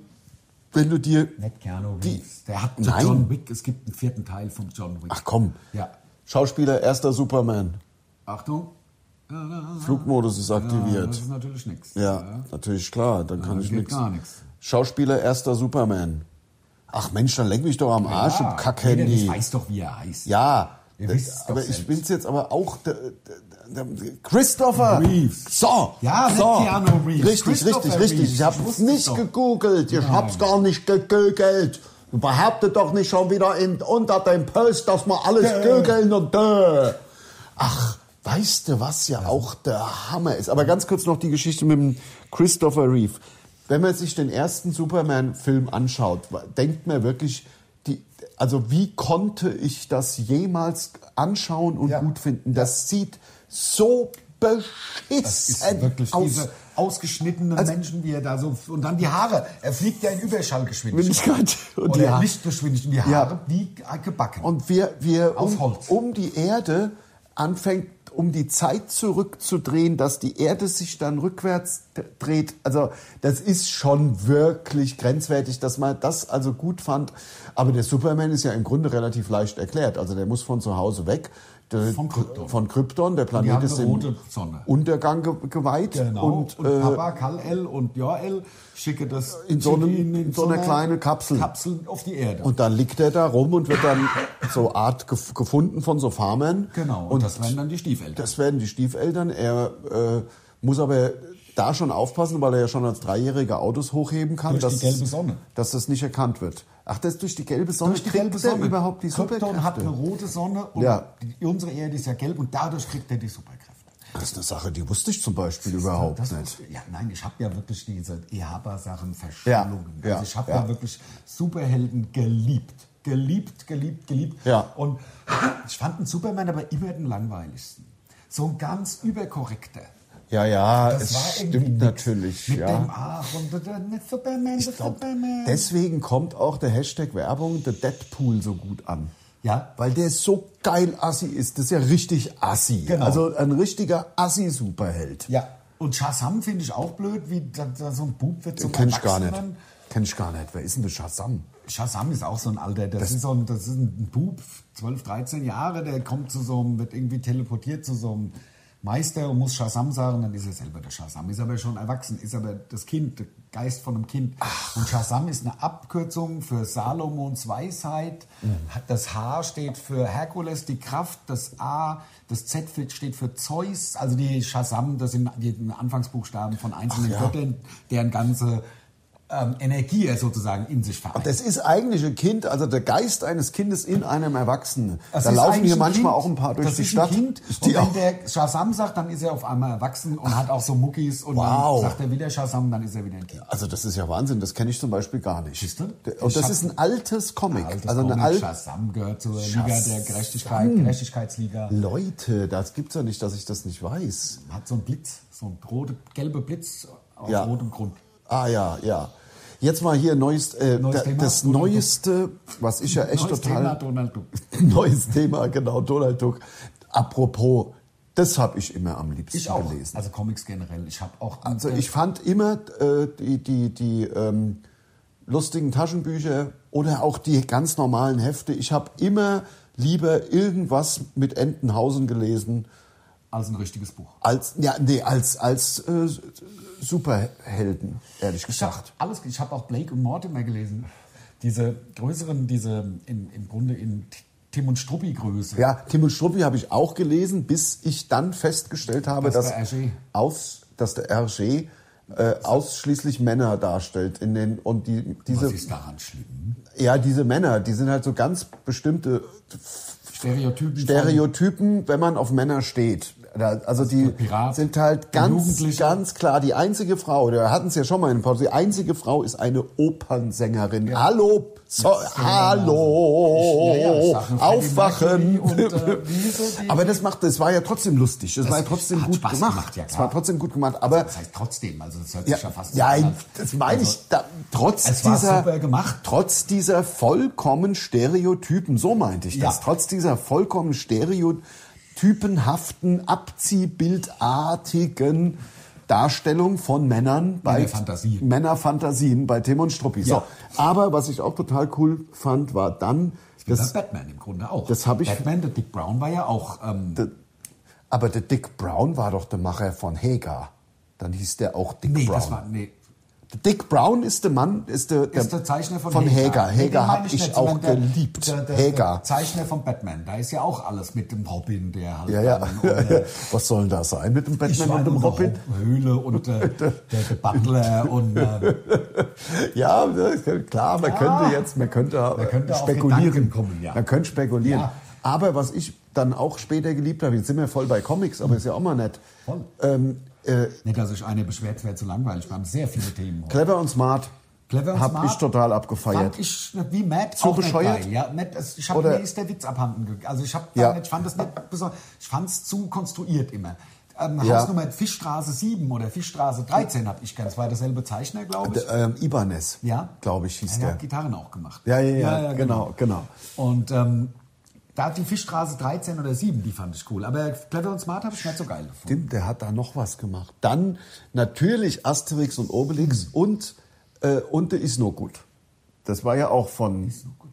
Speaker 2: wenn du dir,
Speaker 1: Nicht Keanu
Speaker 2: Die-
Speaker 1: Reeves. Der hat
Speaker 2: Nein.
Speaker 1: John Wick. Es gibt einen vierten Teil von John Wick.
Speaker 2: ach komm,
Speaker 1: Ja. Ah.
Speaker 2: Schauspieler, erster Superman.
Speaker 1: Achtung.
Speaker 2: Flugmodus ist
Speaker 1: Ja,
Speaker 2: aktiviert.
Speaker 1: das ist natürlich nichts.
Speaker 2: Ja, natürlich klar, dann kann
Speaker 1: Ja,
Speaker 2: ich
Speaker 1: geht
Speaker 2: nichts.
Speaker 1: gar nix.
Speaker 2: Schauspieler, erster Superman. Ach Mensch, dann leck mich doch am Arsch,
Speaker 1: Ja,
Speaker 2: du
Speaker 1: jeder,
Speaker 2: Kackhandy.
Speaker 1: Ah, Ich weiß doch, wie er heißt.
Speaker 2: Ja,
Speaker 1: Ihr
Speaker 2: das-
Speaker 1: wisst's doch
Speaker 2: aber ich
Speaker 1: selbst.
Speaker 2: will's jetzt aber auch. Der, der, der, Christopher
Speaker 1: Reeves.
Speaker 2: So,
Speaker 1: Ja,
Speaker 2: so.
Speaker 1: nicht Keanu Reeves.
Speaker 2: Richtig,
Speaker 1: Christopher
Speaker 2: richtig, richtig.
Speaker 1: Reeves.
Speaker 2: Ich
Speaker 1: Ich
Speaker 2: hab's
Speaker 1: wusste es
Speaker 2: nicht
Speaker 1: doch.
Speaker 2: gegoogelt. Ich
Speaker 1: Nein.
Speaker 2: hab's gar nicht gegoogelt. Du behauptet doch nicht schon wieder in, unter dem Post, dass man alles
Speaker 1: Dö.
Speaker 2: googeln und dö. Ach, weißt du, was ja auch der Hammer ist? Aber ganz kurz noch die Geschichte mit dem Christopher Reeve. Wenn man sich den ersten Superman-Film anschaut, denkt man wirklich, die, also wie konnte ich das jemals anschauen und
Speaker 1: Ja.
Speaker 2: gut finden? Das sieht so
Speaker 1: Das ist
Speaker 2: beschissen
Speaker 1: wirklich
Speaker 2: aus. Also-
Speaker 1: diese ausgeschnittenen Menschen, wie er da so und dann die Haare. Er fliegt ja in Überschallgeschwindigkeit
Speaker 2: Und,
Speaker 1: oder
Speaker 2: die Haare.
Speaker 1: Lichtgeschwindigkeit. Und die
Speaker 2: Ja.
Speaker 1: Haare wie gebacken.
Speaker 2: und wir, wir
Speaker 1: Auf
Speaker 2: um,
Speaker 1: Holz.
Speaker 2: um die Erde anfängt, um die Zeit zurückzudrehen, dass die Erde sich dann rückwärts d- dreht. Also das ist schon wirklich grenzwertig, dass man das also gut fand. Aber der Superman ist ja im Grunde relativ leicht erklärt. Also der muss von zu Hause weg. Der-
Speaker 1: Von Krypton.
Speaker 2: Von Krypton. Der
Speaker 1: die
Speaker 2: Planet
Speaker 1: haben
Speaker 2: ist
Speaker 1: eine
Speaker 2: im
Speaker 1: rote Sonne.
Speaker 2: Untergang ge geweiht.
Speaker 1: Genau.
Speaker 2: Und,
Speaker 1: Und,
Speaker 2: äh,
Speaker 1: Papa, Kal-El und Jor-El schicke das
Speaker 2: In so einem-
Speaker 1: schicke ihn
Speaker 2: in so einer kleinen Kapsel.
Speaker 1: Kapsel auf die Erde.
Speaker 2: und dann liegt er da rum und wird dann so Art gef gefunden von so Farmern.
Speaker 1: genau. Und,
Speaker 2: Und
Speaker 1: das wären dann die Stiefeltern.
Speaker 2: Das werden die Stiefeltern. Er äh, muss aber da schon aufpassen, weil er ja schon als Dreijähriger Autos hochheben kann.
Speaker 1: Durch die gelbe Sonne.
Speaker 2: Dass das nicht erkannt wird. Ach, das ist durch die gelbe Sonne.
Speaker 1: Durch die
Speaker 2: kriegt
Speaker 1: gelbe
Speaker 2: der
Speaker 1: Sonne.
Speaker 2: überhaupt die
Speaker 1: Krypton
Speaker 2: Superkräfte?
Speaker 1: hat eine rote Sonne und
Speaker 2: Ja.
Speaker 1: die, unsere Erde ist ja gelb und dadurch kriegt er die Superkräfte.
Speaker 2: das ist eine Sache, die wusste ich zum Beispiel überhaupt
Speaker 1: Das-
Speaker 2: nicht.
Speaker 1: Ja, nein, ich habe ja wirklich diese Ehaba-Sachen verschlungen.
Speaker 2: Ja, ja,
Speaker 1: also ich habe
Speaker 2: ja.
Speaker 1: ja. wirklich Superhelden geliebt. Geliebt, geliebt, geliebt.
Speaker 2: Ja.
Speaker 1: Und ich fand den Superman aber immer den langweiligsten. So ein ganz überkorrekter.
Speaker 2: Ja, ja,
Speaker 1: Das war
Speaker 2: es
Speaker 1: irgendwie
Speaker 2: stimmt
Speaker 1: nix.
Speaker 2: natürlich.
Speaker 1: Mit dem
Speaker 2: Ja.
Speaker 1: Ach und der- der Superman, der
Speaker 2: Ich glaub,
Speaker 1: Superman.
Speaker 2: deswegen kommt auch der Hashtag Werbung The Deadpool so gut an.
Speaker 1: ja,
Speaker 2: Weil der so geil assi ist. Das ist ja richtig assi.
Speaker 1: Genau.
Speaker 2: Also ein richtiger assi-Superheld.
Speaker 1: ja. Und Shazam finde ich auch blöd, wie da, da so ein Bub wird zum
Speaker 2: Kenn ich gar nicht.
Speaker 1: Erwachsenen.
Speaker 2: Kenn ich gar nicht. Wer ist denn der Shazam?
Speaker 1: Shazam ist auch so ein alter, das, ist so ein, das ist ein Bub, 12, 13 Jahre, der kommt zu so einem, wird irgendwie teleportiert zu so einem Meister und muss Shazam sagen, dann ist er selber der Shazam. Ist aber schon erwachsen, ist aber das Kind, der Geist von einem Kind. Und Shazam ist eine Abkürzung für Salomons Weisheit. Das H steht für Herkules, die Kraft, das A, das Z steht für Zeus. Also die Shazam, das sind die Anfangsbuchstaben von einzelnen
Speaker 2: ja.
Speaker 1: Göttern, deren ganze ähm, Energie er sozusagen in sich vereint.
Speaker 2: Das ist eigentlich ein Kind, also der Geist eines Kindes in einem Erwachsenen.
Speaker 1: Das
Speaker 2: da
Speaker 1: ist
Speaker 2: laufen
Speaker 1: eigentlich
Speaker 2: hier
Speaker 1: ein
Speaker 2: manchmal
Speaker 1: Kind.
Speaker 2: auch ein paar durch
Speaker 1: das
Speaker 2: die
Speaker 1: ist
Speaker 2: Stadt.
Speaker 1: Ein kind.
Speaker 2: Ich
Speaker 1: Und
Speaker 2: die
Speaker 1: wenn
Speaker 2: auch.
Speaker 1: der Shazam sagt, dann ist er auf einmal erwachsen und hat auch so Muckis. Und
Speaker 2: Wow.
Speaker 1: dann sagt er wieder Shazam, dann ist er wieder ein Kind.
Speaker 2: Also das ist ja Wahnsinn, das kenne ich zum Beispiel gar nicht.
Speaker 1: Siehst du?
Speaker 2: Und
Speaker 1: Ich
Speaker 2: das
Speaker 1: hab-
Speaker 2: ist ein altes Comic.
Speaker 1: Altes
Speaker 2: also eine
Speaker 1: Comic.
Speaker 2: alte
Speaker 1: Shazam gehört zur Liga der
Speaker 2: Shazam.
Speaker 1: Gerechtigkeit, Gerechtigkeitsliga.
Speaker 2: Leute, das gibt's ja nicht, dass ich das nicht weiß.
Speaker 1: Hat so einen Blitz, so einen rote, gelbe Blitz auf
Speaker 2: Ja.
Speaker 1: rotem Grund.
Speaker 2: Ah ja, ja. Jetzt mal hier neues, äh,
Speaker 1: Neues
Speaker 2: da,
Speaker 1: Thema.
Speaker 2: das neueste, was ich ja echt
Speaker 1: Neues
Speaker 2: total (laughs)
Speaker 1: Thema, Donald Duck.
Speaker 2: neues Thema, genau Donald Duck. Apropos, das habe ich immer am liebsten
Speaker 1: Ich auch.
Speaker 2: gelesen.
Speaker 1: Also Comics generell. Ich habe auch.
Speaker 2: Also ich fand immer äh, die, die, die ähm, lustigen Taschenbücher oder auch die ganz normalen Hefte. Ich habe immer lieber irgendwas mit Entenhausen gelesen
Speaker 1: als ein richtiges Buch.
Speaker 2: als ja nee als als äh, Superhelden ehrlich
Speaker 1: Ich habe
Speaker 2: gesagt.
Speaker 1: alles, ich habe auch Blake und Mortimer gelesen. Diese größeren, diese in, im Grunde in Tim und Struppi Größe.
Speaker 2: Ja, Tim und Struppi habe ich auch gelesen, bis ich dann festgestellt habe,
Speaker 1: Dass
Speaker 2: dass,
Speaker 1: der RG.
Speaker 2: aus, dass der RG äh, ausschließlich Männer darstellt in den und die diese
Speaker 1: Was ist daran schlimm?
Speaker 2: ja diese Männer, die sind halt so ganz bestimmte
Speaker 1: Stereotypen. von-
Speaker 2: Stereotypen, wenn man auf Männer steht. Also die
Speaker 1: Pirat,
Speaker 2: sind halt ganz,
Speaker 1: Jugendliche.
Speaker 2: ganz klar die einzige Frau, wir hatten es ja schon mal in dem Podcast, die einzige Frau ist eine Opernsängerin. Hallo, so, hallo,
Speaker 1: Ich- ja, ja, ich sag nur Freddie
Speaker 2: Oh, aufwachen.
Speaker 1: Mercury und, äh,
Speaker 2: (laughs)
Speaker 1: wie so die-
Speaker 2: aber das macht, das war ja trotzdem lustig, das, war ja trotzdem
Speaker 1: hat
Speaker 2: gut
Speaker 1: Spaß
Speaker 2: gemacht.
Speaker 1: gemacht, ja,
Speaker 2: es
Speaker 1: klar.
Speaker 2: war trotzdem gut gemacht, aber
Speaker 1: Das heißt trotzdem, also das hört
Speaker 2: ja,
Speaker 1: sich ja fast so
Speaker 2: ja,
Speaker 1: an.
Speaker 2: das meine
Speaker 1: Also,
Speaker 2: ich, da, trotz
Speaker 1: Es war
Speaker 2: dieser
Speaker 1: super gemacht.
Speaker 2: trotz dieser vollkommen Stereotypen, so meinte ich das,
Speaker 1: Ja.
Speaker 2: trotz dieser vollkommen stereotypenhaften, abziehbildartigen Darstellung von Männern bei
Speaker 1: Männerfantasien.
Speaker 2: Männerfantasien bei Tim und Struppi.
Speaker 1: Ja.
Speaker 2: So, aber was ich auch total cool fand, war dann
Speaker 1: Wie
Speaker 2: das,
Speaker 1: bei Batman im Grunde auch.
Speaker 2: das hab ich-
Speaker 1: Batman, der Dick Brown war ja auch. Ähm,
Speaker 2: aber der Dick Brown war doch der Macher von Hagar. Dann hieß der auch Dick
Speaker 1: nee,
Speaker 2: Brown.
Speaker 1: das war. Nee,
Speaker 2: Dick Brown ist der Mann, ist der,
Speaker 1: ist der Zeichner von,
Speaker 2: Hager.
Speaker 1: Nee, den
Speaker 2: Hager
Speaker 1: meine
Speaker 2: habe ich
Speaker 1: nicht,
Speaker 2: auch
Speaker 1: sondern der-
Speaker 2: geliebt.
Speaker 1: Der, der,
Speaker 2: Hager.
Speaker 1: der Zeichner von Batman, da ist ja auch alles mit dem Robin, der halt.
Speaker 2: Ja, ja.
Speaker 1: dann- und, äh,
Speaker 2: Was soll denn da sein (laughs) mit dem
Speaker 1: Ich
Speaker 2: Batman
Speaker 1: war
Speaker 2: und
Speaker 1: in
Speaker 2: dem
Speaker 1: einer
Speaker 2: Robin?
Speaker 1: Höhle und
Speaker 2: (laughs)
Speaker 1: äh, der, der Butler und äh,
Speaker 2: Ja, das ist klar, man könnte jetzt, man könnte,
Speaker 1: könnte auf
Speaker 2: spekulieren.
Speaker 1: Gedanken kommen, ja.
Speaker 2: Man könnte spekulieren.
Speaker 1: Ja.
Speaker 2: Aber was ich dann auch später geliebt habe, jetzt sind wir voll bei Comics, aber ist ja auch mal nett.
Speaker 1: Voll.
Speaker 2: (laughs) Ähm, äh,
Speaker 1: nicht, dass sich einer beschwert, wäre zu langweilig. Wir haben sehr viele Themen heute.
Speaker 2: clever und smart.
Speaker 1: Clever und
Speaker 2: hab
Speaker 1: smart.
Speaker 2: ich total abgefeiert.
Speaker 1: Fand ich nicht- wie Matt
Speaker 2: Zu
Speaker 1: auch
Speaker 2: bescheuert?
Speaker 1: nicht bei. Ja, Matt, es- ich hab,
Speaker 2: Oder-
Speaker 1: mir ist der Witz abhanden gegangen. Also ich, hab
Speaker 2: Ja.
Speaker 1: da nicht, ich fand das nicht besonders. Ich fand es zu konstruiert immer. Ähm,
Speaker 2: Ja.
Speaker 1: Hausnummer Fischstraße 7 oder Fischstraße 13 habe ich ganz. War derselbe Zeichner, glaube ich.
Speaker 2: Der, ähm, Ibanez,
Speaker 1: Ja.
Speaker 2: glaube ich, hieß
Speaker 1: Ja, der
Speaker 2: der.
Speaker 1: hat Gitarren auch gemacht.
Speaker 2: Ja, ja, ja, genau, genau.
Speaker 1: Und ähm, da hat die Fischstraße 13 oder 7, die fand ich cool. Aber Clever und Smart habe ich nicht so geil gefunden.
Speaker 2: Stimmt, der hat da noch was gemacht. Dann natürlich Asterix und Obelix und, äh, und der ist nur gut. Das war ja auch von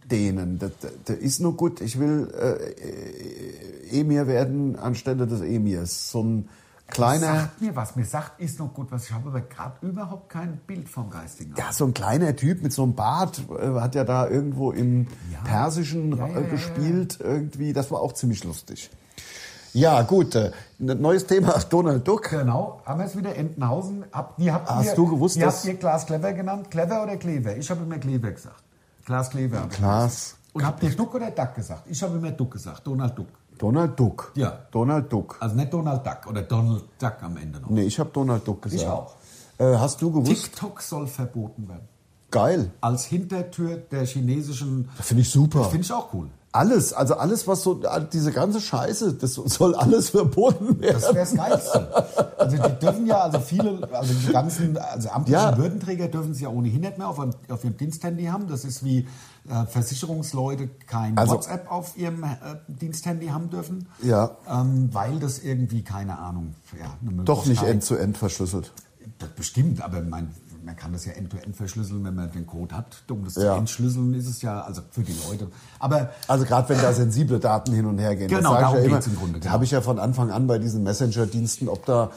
Speaker 2: denen. Der, der, der ist nur gut. Ich will äh, äh, Emir werden anstelle des Emirs. So ein kleiner,
Speaker 1: Sagt mir was, mir sagt, ist noch gut was. Ich habe aber gerade überhaupt kein Bild vom Geistigen.
Speaker 2: ja, so ein kleiner Typ mit so einem Bart äh, hat ja da irgendwo im Persischen
Speaker 1: Ja, ja,
Speaker 2: äh,
Speaker 1: ja, ja.
Speaker 2: gespielt irgendwie. Das war auch ziemlich lustig. Ja, gut. Äh, ein neues Thema (laughs) Donald Duck.
Speaker 1: Genau, haben wir es wieder, Entenhausen. Hab, die habt
Speaker 2: Hast
Speaker 1: ihr,
Speaker 2: du gewusst,
Speaker 1: die
Speaker 2: dass-
Speaker 1: habt ihr Klaas Klever genannt? Klever oder Klever? Ich habe immer Klever gesagt. Klaas Klever. habe ich
Speaker 2: Klaas.
Speaker 1: gesagt. Und habt ihr Duck oder Duck gesagt? Ich habe immer Duck gesagt, Donald Duck.
Speaker 2: Donald Duck.
Speaker 1: Ja.
Speaker 2: Donald Duck.
Speaker 1: Also nicht Donald Duck oder Donald Duck am Ende noch.
Speaker 2: Nee, ich habe Donald Duck gesagt.
Speaker 1: Ich auch.
Speaker 2: Äh, hast du gewusst?
Speaker 1: TikTok soll verboten werden.
Speaker 2: Geil.
Speaker 1: Als Hintertür der chinesischen...
Speaker 2: Finde ich super.
Speaker 1: Finde ich auch cool.
Speaker 2: alles, also alles, was so, diese ganze Scheiße, das soll alles (laughs) verboten werden.
Speaker 1: Das wäre das Geilste. Also die dürfen ja, also viele, also die ganzen also amtlichen
Speaker 2: Ja.
Speaker 1: Würdenträger dürfen sie ja ohnehin nicht mehr auf, ihrem- auf ihrem Diensthandy haben. Das ist wie äh, Versicherungsleute kein
Speaker 2: Also-
Speaker 1: WhatsApp auf ihrem äh, Diensthandy haben dürfen.
Speaker 2: Ja.
Speaker 1: Ähm, weil das irgendwie, keine Ahnung, ja, eine
Speaker 2: Doch nicht
Speaker 1: Möglichkeit-
Speaker 2: end-zu-end verschlüsselt.
Speaker 1: das bestimmt, aber mein, man kann das ja end-to-end verschlüsseln, wenn man den Code hat. Um das zu
Speaker 2: Ja.
Speaker 1: entschlüsseln ist es ja, also für die Leute. Aber
Speaker 2: Also gerade wenn da sensible Daten hin und her gehen.
Speaker 1: Genau,
Speaker 2: das sag
Speaker 1: darum
Speaker 2: ich ja
Speaker 1: geht's im Grunde,
Speaker 2: Da
Speaker 1: genau.
Speaker 2: habe ich ja von Anfang an bei diesen Messenger-Diensten, ob da,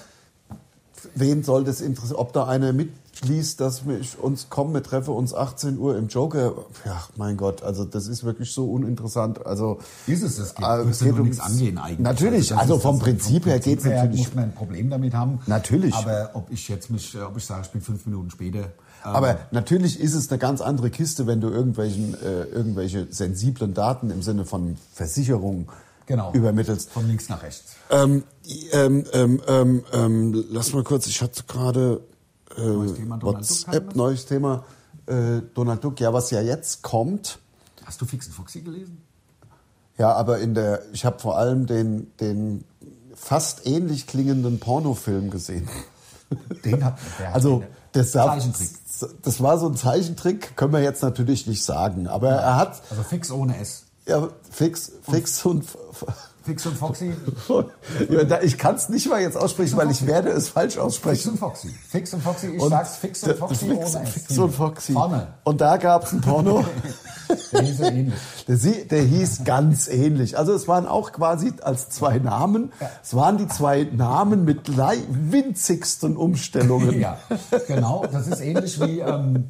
Speaker 2: wen soll das interessieren, ob da einer mitliest, dass wir uns kommen, wir treffen uns 18 Uhr im Joker. Ja, mein Gott, also das ist wirklich so uninteressant. Also
Speaker 1: Ist es, das geht,
Speaker 2: Äh,
Speaker 1: würde es
Speaker 2: geht
Speaker 1: nur nichts
Speaker 2: ums-
Speaker 1: angehen eigentlich.
Speaker 2: Natürlich,
Speaker 1: das
Speaker 2: also
Speaker 1: ist
Speaker 2: vom
Speaker 1: das-
Speaker 2: Prinzip her
Speaker 1: Prinzip
Speaker 2: geht's natürlich-
Speaker 1: muss man ein Problem damit haben.
Speaker 2: Natürlich.
Speaker 1: Aber ob ich jetzt mich, äh, ob ich sage, ich bin fünf Minuten später. ähm,
Speaker 2: Aber natürlich ist es eine ganz andere Kiste, wenn du irgendwelchen, äh, irgendwelche sensiblen Daten im Sinne von Versicherung
Speaker 1: genau,
Speaker 2: übermittelst.
Speaker 1: Von links nach rechts.
Speaker 2: Ähm, ähm, ähm, ähm, ähm, lass mal kurz, ich hatte gerade äh,
Speaker 1: Thema Donald Duck hatten
Speaker 2: WhatsApp,
Speaker 1: wir.
Speaker 2: neues Thema äh, Donald Duck. Ja, was ja jetzt kommt,
Speaker 1: Hast du Fixen Foxy gelesen?
Speaker 2: ja, aber in der, ich habe vor allem den, den fast ähnlich klingenden Pornofilm gesehen.
Speaker 1: Den hat der hat
Speaker 2: Also
Speaker 1: den-
Speaker 2: das, darf,
Speaker 1: Zeichentrick.
Speaker 2: das war so ein Zeichentrick, können wir jetzt natürlich nicht sagen. Aber er hat
Speaker 1: Also Fix ohne S.
Speaker 2: ja, fix, fix und f-
Speaker 1: Fix und Foxy.
Speaker 2: f- ja, da- ich kann es nicht mal jetzt aussprechen, weil ich werde es falsch
Speaker 1: Fix
Speaker 2: aussprechen.
Speaker 1: und Foxy. Fix und Foxy, ich
Speaker 2: Und
Speaker 1: sag's Fix und
Speaker 2: der-
Speaker 1: Foxy
Speaker 2: fix,
Speaker 1: ohne S.
Speaker 2: fix und Foxy.
Speaker 1: Vorne.
Speaker 2: Und da gab es ein Porno.
Speaker 1: Der ist so ähnlich.
Speaker 2: Der, sie- der hieß ganz ähnlich. Also es waren auch quasi als zwei Namen. Es waren die zwei Namen mit lei- winzigsten Umstellungen.
Speaker 1: Ja, genau. Das ist ähnlich wie ähm,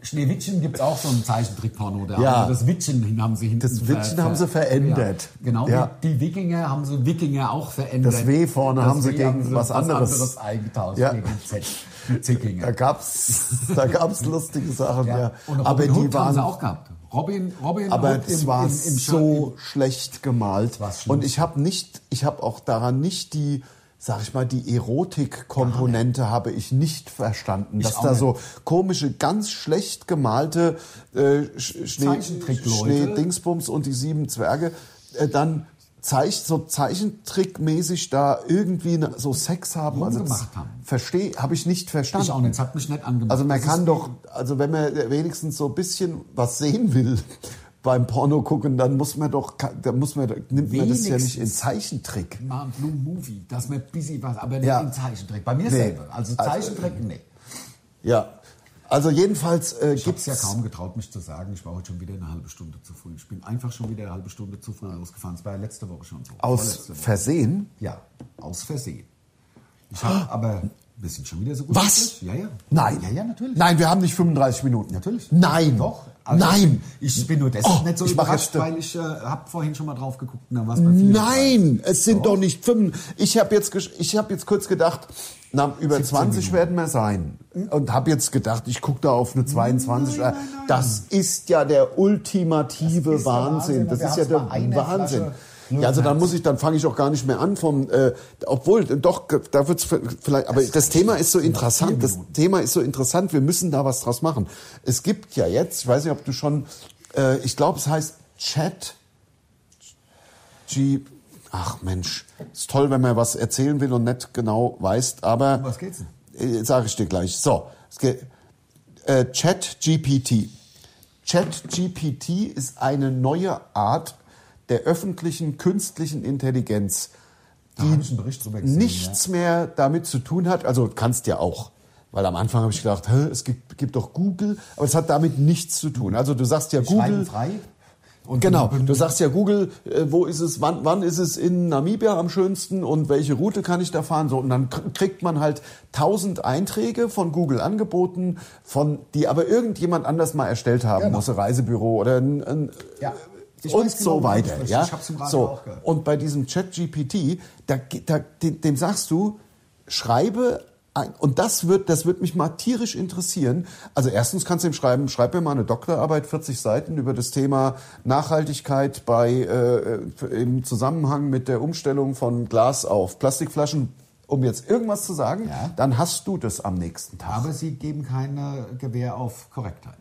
Speaker 1: Schneewittchen gibt es auch so einen Zeichentrick-Porno. Da
Speaker 2: Ja.
Speaker 1: haben sie das Wittchen hin- haben sie hinten.
Speaker 2: Das Wittchen haben sie verändert.
Speaker 1: Ja, genau,
Speaker 2: Ja.
Speaker 1: Die, die Wikinger haben sie Wikinger auch verändert.
Speaker 2: Das W vorne haben sie
Speaker 1: W
Speaker 2: gegen was anderes.
Speaker 1: eingetauscht,
Speaker 2: Ja.
Speaker 1: gegen Z, die Zickinger.
Speaker 2: Da gab's, da gab's lustige Sachen, ja.
Speaker 1: Und Robin
Speaker 2: Aber
Speaker 1: Hood
Speaker 2: die
Speaker 1: haben sie
Speaker 2: waren
Speaker 1: auch gehabt. Robin, Robin
Speaker 2: aber
Speaker 1: Hood Genau,
Speaker 2: es
Speaker 1: im-
Speaker 2: war
Speaker 1: im- im
Speaker 2: so schlecht gemalt.
Speaker 1: War's schlimm.
Speaker 2: Und ich habe nicht, ich habe auch daran nicht die, sag ich mal, die Erotik-Komponente habe ich nicht verstanden.
Speaker 1: Ich
Speaker 2: dass
Speaker 1: auch
Speaker 2: da
Speaker 1: nicht.
Speaker 2: so komische, ganz schlecht gemalte äh, Sch- Schnee,
Speaker 1: Zeichentrickleute.
Speaker 2: Schnee-Dingsbums und die sieben Zwerge äh, dann Zeich, so zeichentrickmäßig da irgendwie ne, so Sex haben. also
Speaker 1: Rumgemacht haben.
Speaker 2: Verstehe, habe ich nicht verstanden.
Speaker 1: Ich auch nicht, es hat mich nicht angemacht.
Speaker 2: Also man
Speaker 1: Das
Speaker 2: kann
Speaker 1: ist-
Speaker 2: doch, also wenn man wenigstens so ein bisschen was sehen will (laughs) beim Porno gucken, dann muss man doch, da muss man, nimmt man das ja
Speaker 1: Wenigstens.
Speaker 2: nicht in Zeichentrick.
Speaker 1: mal ein Blue Movie, dass man ein bisschen was, aber nicht
Speaker 2: Ja.
Speaker 1: in Zeichentrick. Bei mir
Speaker 2: Nee.
Speaker 1: selber. Also
Speaker 2: Also-
Speaker 1: Zeichentrick, nee.
Speaker 2: Ja. Also jedenfalls äh,
Speaker 1: Ich habe es
Speaker 2: gibt's
Speaker 1: ja kaum getraut, mich zu sagen, ich war heute schon wieder eine halbe Stunde zu früh. Ich bin einfach schon wieder eine halbe Stunde zu früh losgefahren. Es war ja letzte Woche schon so.
Speaker 2: Ah. aus
Speaker 1: Vorletzte Woche.
Speaker 2: Versehen.
Speaker 1: Ja, aus Versehen. Ich habe aber wir sind schon wieder so gut.
Speaker 2: Ah. Was?
Speaker 1: durch. Ja, ja.
Speaker 2: Nein.
Speaker 1: Ja, ja, natürlich.
Speaker 2: Nein, wir haben nicht 35 Minuten.
Speaker 1: Natürlich.
Speaker 2: Nein.
Speaker 1: Doch. Also
Speaker 2: Nein.
Speaker 1: Ich bin nur deshalb
Speaker 2: Oh,
Speaker 1: nicht so
Speaker 2: ich mach
Speaker 1: überrascht,
Speaker 2: jetzt den-
Speaker 1: weil ich äh, habe vorhin schon mal drauf geguckt und dann war es bei vielen
Speaker 2: Nein, es sind doch nicht fünf. Ich habe jetzt, gesch- ich hab jetzt kurz gedacht, na, über 20 werden wir sein. Und habe jetzt gedacht, ich gucke da auf eine 22.
Speaker 1: Nein, nein, nein.
Speaker 2: Das ist ja der ultimative
Speaker 1: Das ist der
Speaker 2: Wahnsinn.
Speaker 1: Wahnsinn.
Speaker 2: Das
Speaker 1: Wir
Speaker 2: ist ja
Speaker 1: haben's bei
Speaker 2: der
Speaker 1: einer
Speaker 2: Wahnsinn.
Speaker 1: Flasche.
Speaker 2: Ja, also dann muss ich, dann fange ich auch gar nicht mehr an vom, äh, obwohl, äh, doch, ge- da wird's v- vielleicht, aber das, Thema ist so interessant, das Thema ist so interessant, wir müssen da was draus machen. Es gibt ja jetzt, ich weiß nicht, ob du schon, äh, ich glaube, es heißt Chat G. Ach Mensch, ist toll, wenn man was erzählen will und nicht genau weiß, aber.
Speaker 1: Um was geht's
Speaker 2: denn? Sage ich dir gleich. So, es geht, äh, Chat GPT. Chat GPT ist eine neue Art der öffentlichen künstlichen Intelligenz,
Speaker 1: Da hab ich einen Bericht drüber gesehen.
Speaker 2: nichts mehr damit zu tun hat. Also kannst ja auch. Weil am Anfang habe ich gedacht, Hä, es gibt, gibt doch Google, aber es hat damit nichts zu tun. Also du sagst ja
Speaker 1: ja. Schreiben
Speaker 2: Google,
Speaker 1: frei. Und
Speaker 2: Genau,
Speaker 1: und-
Speaker 2: du sagst ja Google, äh, wo ist es, wann, wann ist es in Namibia am schönsten und welche Route kann ich da fahren? So, und dann k- kriegt man halt tausend Einträge von Google angeboten, von, die aber irgendjemand anders mal erstellt haben
Speaker 1: Genau.
Speaker 2: muss, ein Reisebüro oder ein, ein
Speaker 1: Ja. Ich
Speaker 2: und
Speaker 1: weiß genau,
Speaker 2: so
Speaker 1: wovon du
Speaker 2: weiter.
Speaker 1: sprichst.
Speaker 2: Ja?
Speaker 1: Ich hab's im Radio
Speaker 2: so.
Speaker 1: auch gehört.
Speaker 2: Und bei diesem ChatGPT, da, ge- da, dem, dem sagst du, schreibe ein, und das wird, das wird mich mal tierisch interessieren. Also erstens kannst du ihm schreiben, schreib mir mal eine Doktorarbeit, 40 Seiten über das Thema Nachhaltigkeit bei, äh, im Zusammenhang mit der Umstellung von Glas auf Plastikflaschen, um jetzt irgendwas zu sagen,
Speaker 1: Ja.
Speaker 2: dann hast du das am nächsten Tag.
Speaker 1: Aber sie geben keine Gewähr auf Korrektheit.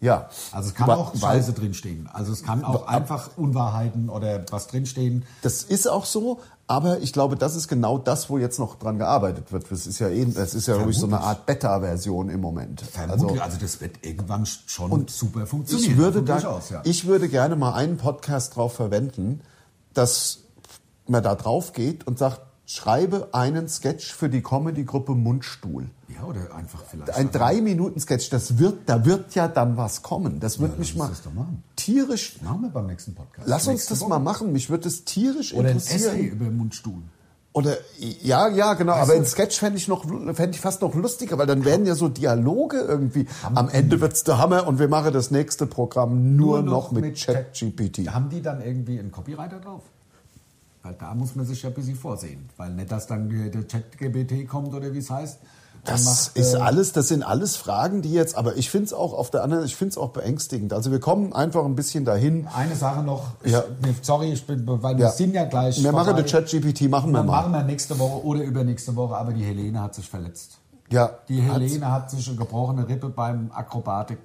Speaker 2: ja.
Speaker 1: Also es kann
Speaker 2: Wa-
Speaker 1: auch
Speaker 2: weil-
Speaker 1: Scheiße drinstehen. Also es kann auch einfach Unwahrheiten oder was drinstehen.
Speaker 2: Das ist auch so, aber ich glaube, das ist genau das, wo jetzt noch dran gearbeitet wird. Das ist ja eben, das ist ja wirklich so eine Art Beta-Version im Moment.
Speaker 1: Vermutlich, also, das wird irgendwann schon super funktionieren.
Speaker 2: ich würde,
Speaker 1: Davon
Speaker 2: da,
Speaker 1: gehe ich aus, ja.
Speaker 2: ich würde gerne mal einen Podcast drauf verwenden, dass man da drauf geht und sagt, schreibe einen Sketch für die Comedy-Gruppe Mundstuhl.
Speaker 1: ja, oder einfach vielleicht.
Speaker 2: Ein
Speaker 1: sagen,
Speaker 2: drei Minuten Sketch, das wird, da wird ja dann was kommen. Das wird
Speaker 1: dann
Speaker 2: mich
Speaker 1: lass
Speaker 2: mal
Speaker 1: das doch machen.
Speaker 2: tierisch.
Speaker 1: Machen wir beim nächsten Podcast.
Speaker 2: Lass uns
Speaker 1: Nächste
Speaker 2: das
Speaker 1: Woche.
Speaker 2: mal machen. Mich wird das tierisch
Speaker 1: Oder ein
Speaker 2: interessieren.
Speaker 1: Essay über Mundstuhl.
Speaker 2: Oder ja, ja, genau. aber
Speaker 1: du?
Speaker 2: in Sketch fände ich noch fänd ich fast noch lustiger, weil dann werden ja so Dialoge irgendwie. Am Ende wird's der Hammer und wir machen das nächste Programm nur, noch mit ChatGPT.
Speaker 1: Haben die dann irgendwie einen Copywriter drauf? Weil da muss man sich ja ein bisschen vorsehen. Weil nicht, dass dann äh, der Chat-GBT kommt oder wie es heißt. Dann
Speaker 2: Das
Speaker 1: macht,
Speaker 2: ist
Speaker 1: äh,
Speaker 2: alles, das sind alles Fragen, die jetzt, aber ich find's auch auf der anderen, ich find's auch beängstigend. Also wir kommen einfach ein bisschen dahin.
Speaker 1: Eine Sache noch. Ich,
Speaker 2: Ja.
Speaker 1: nee, Sorry, ich bin, weil wir
Speaker 2: Ja.
Speaker 1: sind ja gleich.
Speaker 2: Wir machen
Speaker 1: vorbei.
Speaker 2: den ChatGPT, machen wir
Speaker 1: Dann
Speaker 2: mal.
Speaker 1: machen wir nächste Woche oder übernächste Woche, aber die Helene hat sich verletzt.
Speaker 2: Ja.
Speaker 1: Die
Speaker 2: Hat's-
Speaker 1: Helene hat sich eine gebrochene Rippe beim Akrobatik,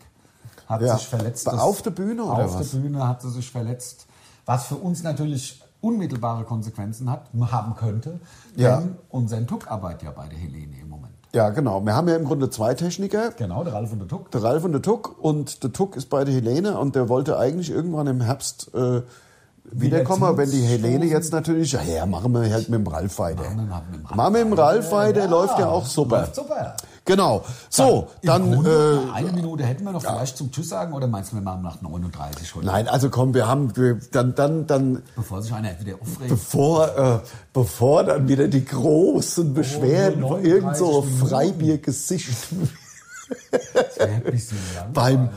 Speaker 1: hat
Speaker 2: Ja.
Speaker 1: sich verletzt.
Speaker 2: Bei- auf der Bühne oder
Speaker 1: Auf
Speaker 2: was?
Speaker 1: der Bühne hat sie sich verletzt, was für uns natürlich unmittelbare Konsequenzen hat, haben könnte,
Speaker 2: Ja.
Speaker 1: denn unseren Tuck arbeitet ja bei der Helene im Moment.
Speaker 2: Ja, genau. Wir haben ja im Grunde zwei Techniker.
Speaker 1: Genau, der Ralf und der Tuck.
Speaker 2: der Ralf und der Tuck und der Tuck ist bei der Helene und der wollte eigentlich irgendwann im Herbst äh, wiederkommen, aber wenn die Helene jetzt natürlich, ja, ja, machen wir halt mit dem Ralf weiter.
Speaker 1: Machen wir mit dem Ralf
Speaker 2: Machen wir mit dem Ralf weiter, läuft ja auch super.
Speaker 1: Läuft super.
Speaker 2: Genau. So,
Speaker 1: Im
Speaker 2: dann
Speaker 1: Grunde,
Speaker 2: äh,
Speaker 1: eine Minute hätten wir noch vielleicht zum Tschüss sagen oder meinst du, wir machen nach 39 heute?
Speaker 2: nein, also komm, wir haben wir, dann dann dann
Speaker 1: Bevor sich einer wieder aufregt.
Speaker 2: bevor äh, bevor dann wieder die großen Beschwerden
Speaker 1: Oh, nur
Speaker 2: irgend so
Speaker 1: 39 Minuten.
Speaker 2: Freibiergesicht
Speaker 1: Das wäre ein bisschen langweilig.
Speaker 2: Beim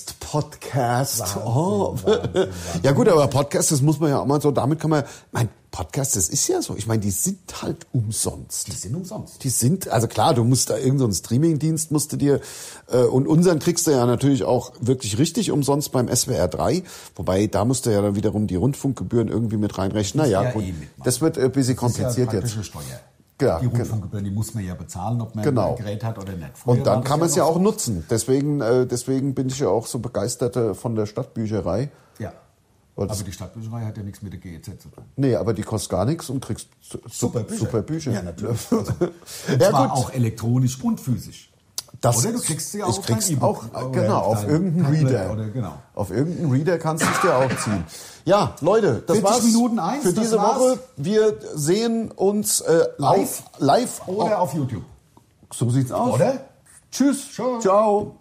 Speaker 2: Umsonst-Podcast.
Speaker 1: Wahnsinn,
Speaker 2: Oh.
Speaker 1: Wahnsinn, Wahnsinn.
Speaker 2: (laughs) Ja gut, aber Podcast, das muss man ja auch mal so, damit kann man, mein Podcast, das ist ja so. Ich meine, die sind halt umsonst.
Speaker 1: Die sind umsonst.
Speaker 2: Die sind, also klar, du musst da irgendeinen Streamingdienst musst du dir, äh, und unseren kriegst du ja natürlich auch wirklich richtig umsonst beim SWR 3. Wobei, da musst du ja dann wiederum die Rundfunkgebühren irgendwie mit reinrechnen. Naja,
Speaker 1: Ja,
Speaker 2: gut.
Speaker 1: eh mitmachen.
Speaker 2: das wird äh, ein bisschen
Speaker 1: Das ist
Speaker 2: kompliziert
Speaker 1: ja
Speaker 2: jetzt.
Speaker 1: praktische Steuer.
Speaker 2: Ja,
Speaker 1: die
Speaker 2: genau.
Speaker 1: Rundfunkgebühren, die muss man ja bezahlen, ob man
Speaker 2: Genau.
Speaker 1: ein Gerät hat oder nicht. Früher
Speaker 2: Und dann
Speaker 1: war das
Speaker 2: kann man es ja
Speaker 1: noch
Speaker 2: auch nutzen. Deswegen, äh, deswegen bin ich ja auch so begeistert äh, von der Stadtbücherei.
Speaker 1: so. Ja.
Speaker 2: Weil
Speaker 1: Aber
Speaker 2: das-
Speaker 1: die Stadtbücherei hat ja nichts mit der GEZ zu tun.
Speaker 2: Nee, aber die kostet gar nichts und kriegst su-
Speaker 1: Super Bücher.
Speaker 2: super Bücher.
Speaker 1: Ja,
Speaker 2: (laughs)
Speaker 1: natürlich. Also,
Speaker 2: ja,
Speaker 1: Zwar
Speaker 2: gut.
Speaker 1: auch elektronisch und physisch.
Speaker 2: Das
Speaker 1: Oder du kriegst sie auch
Speaker 2: ich
Speaker 1: auf
Speaker 2: krieg's
Speaker 1: dein E-Book oder
Speaker 2: auch, genau,
Speaker 1: auf
Speaker 2: auf
Speaker 1: dein
Speaker 2: irgendeinen
Speaker 1: Tablet
Speaker 2: Reader.
Speaker 1: oder genau.
Speaker 2: Auf irgendeinen Reader kannst du es dir auch ziehen. Ja, Leute, das
Speaker 1: 40
Speaker 2: war's
Speaker 1: Minuten eins,
Speaker 2: für
Speaker 1: das
Speaker 2: diese
Speaker 1: war's.
Speaker 2: Woche. Wir sehen uns äh,
Speaker 1: Live
Speaker 2: auf, live
Speaker 1: Oder auf YouTube.
Speaker 2: So sieht's aus.
Speaker 1: Oder?
Speaker 2: Tschüss.
Speaker 1: Ciao.
Speaker 2: Ciao.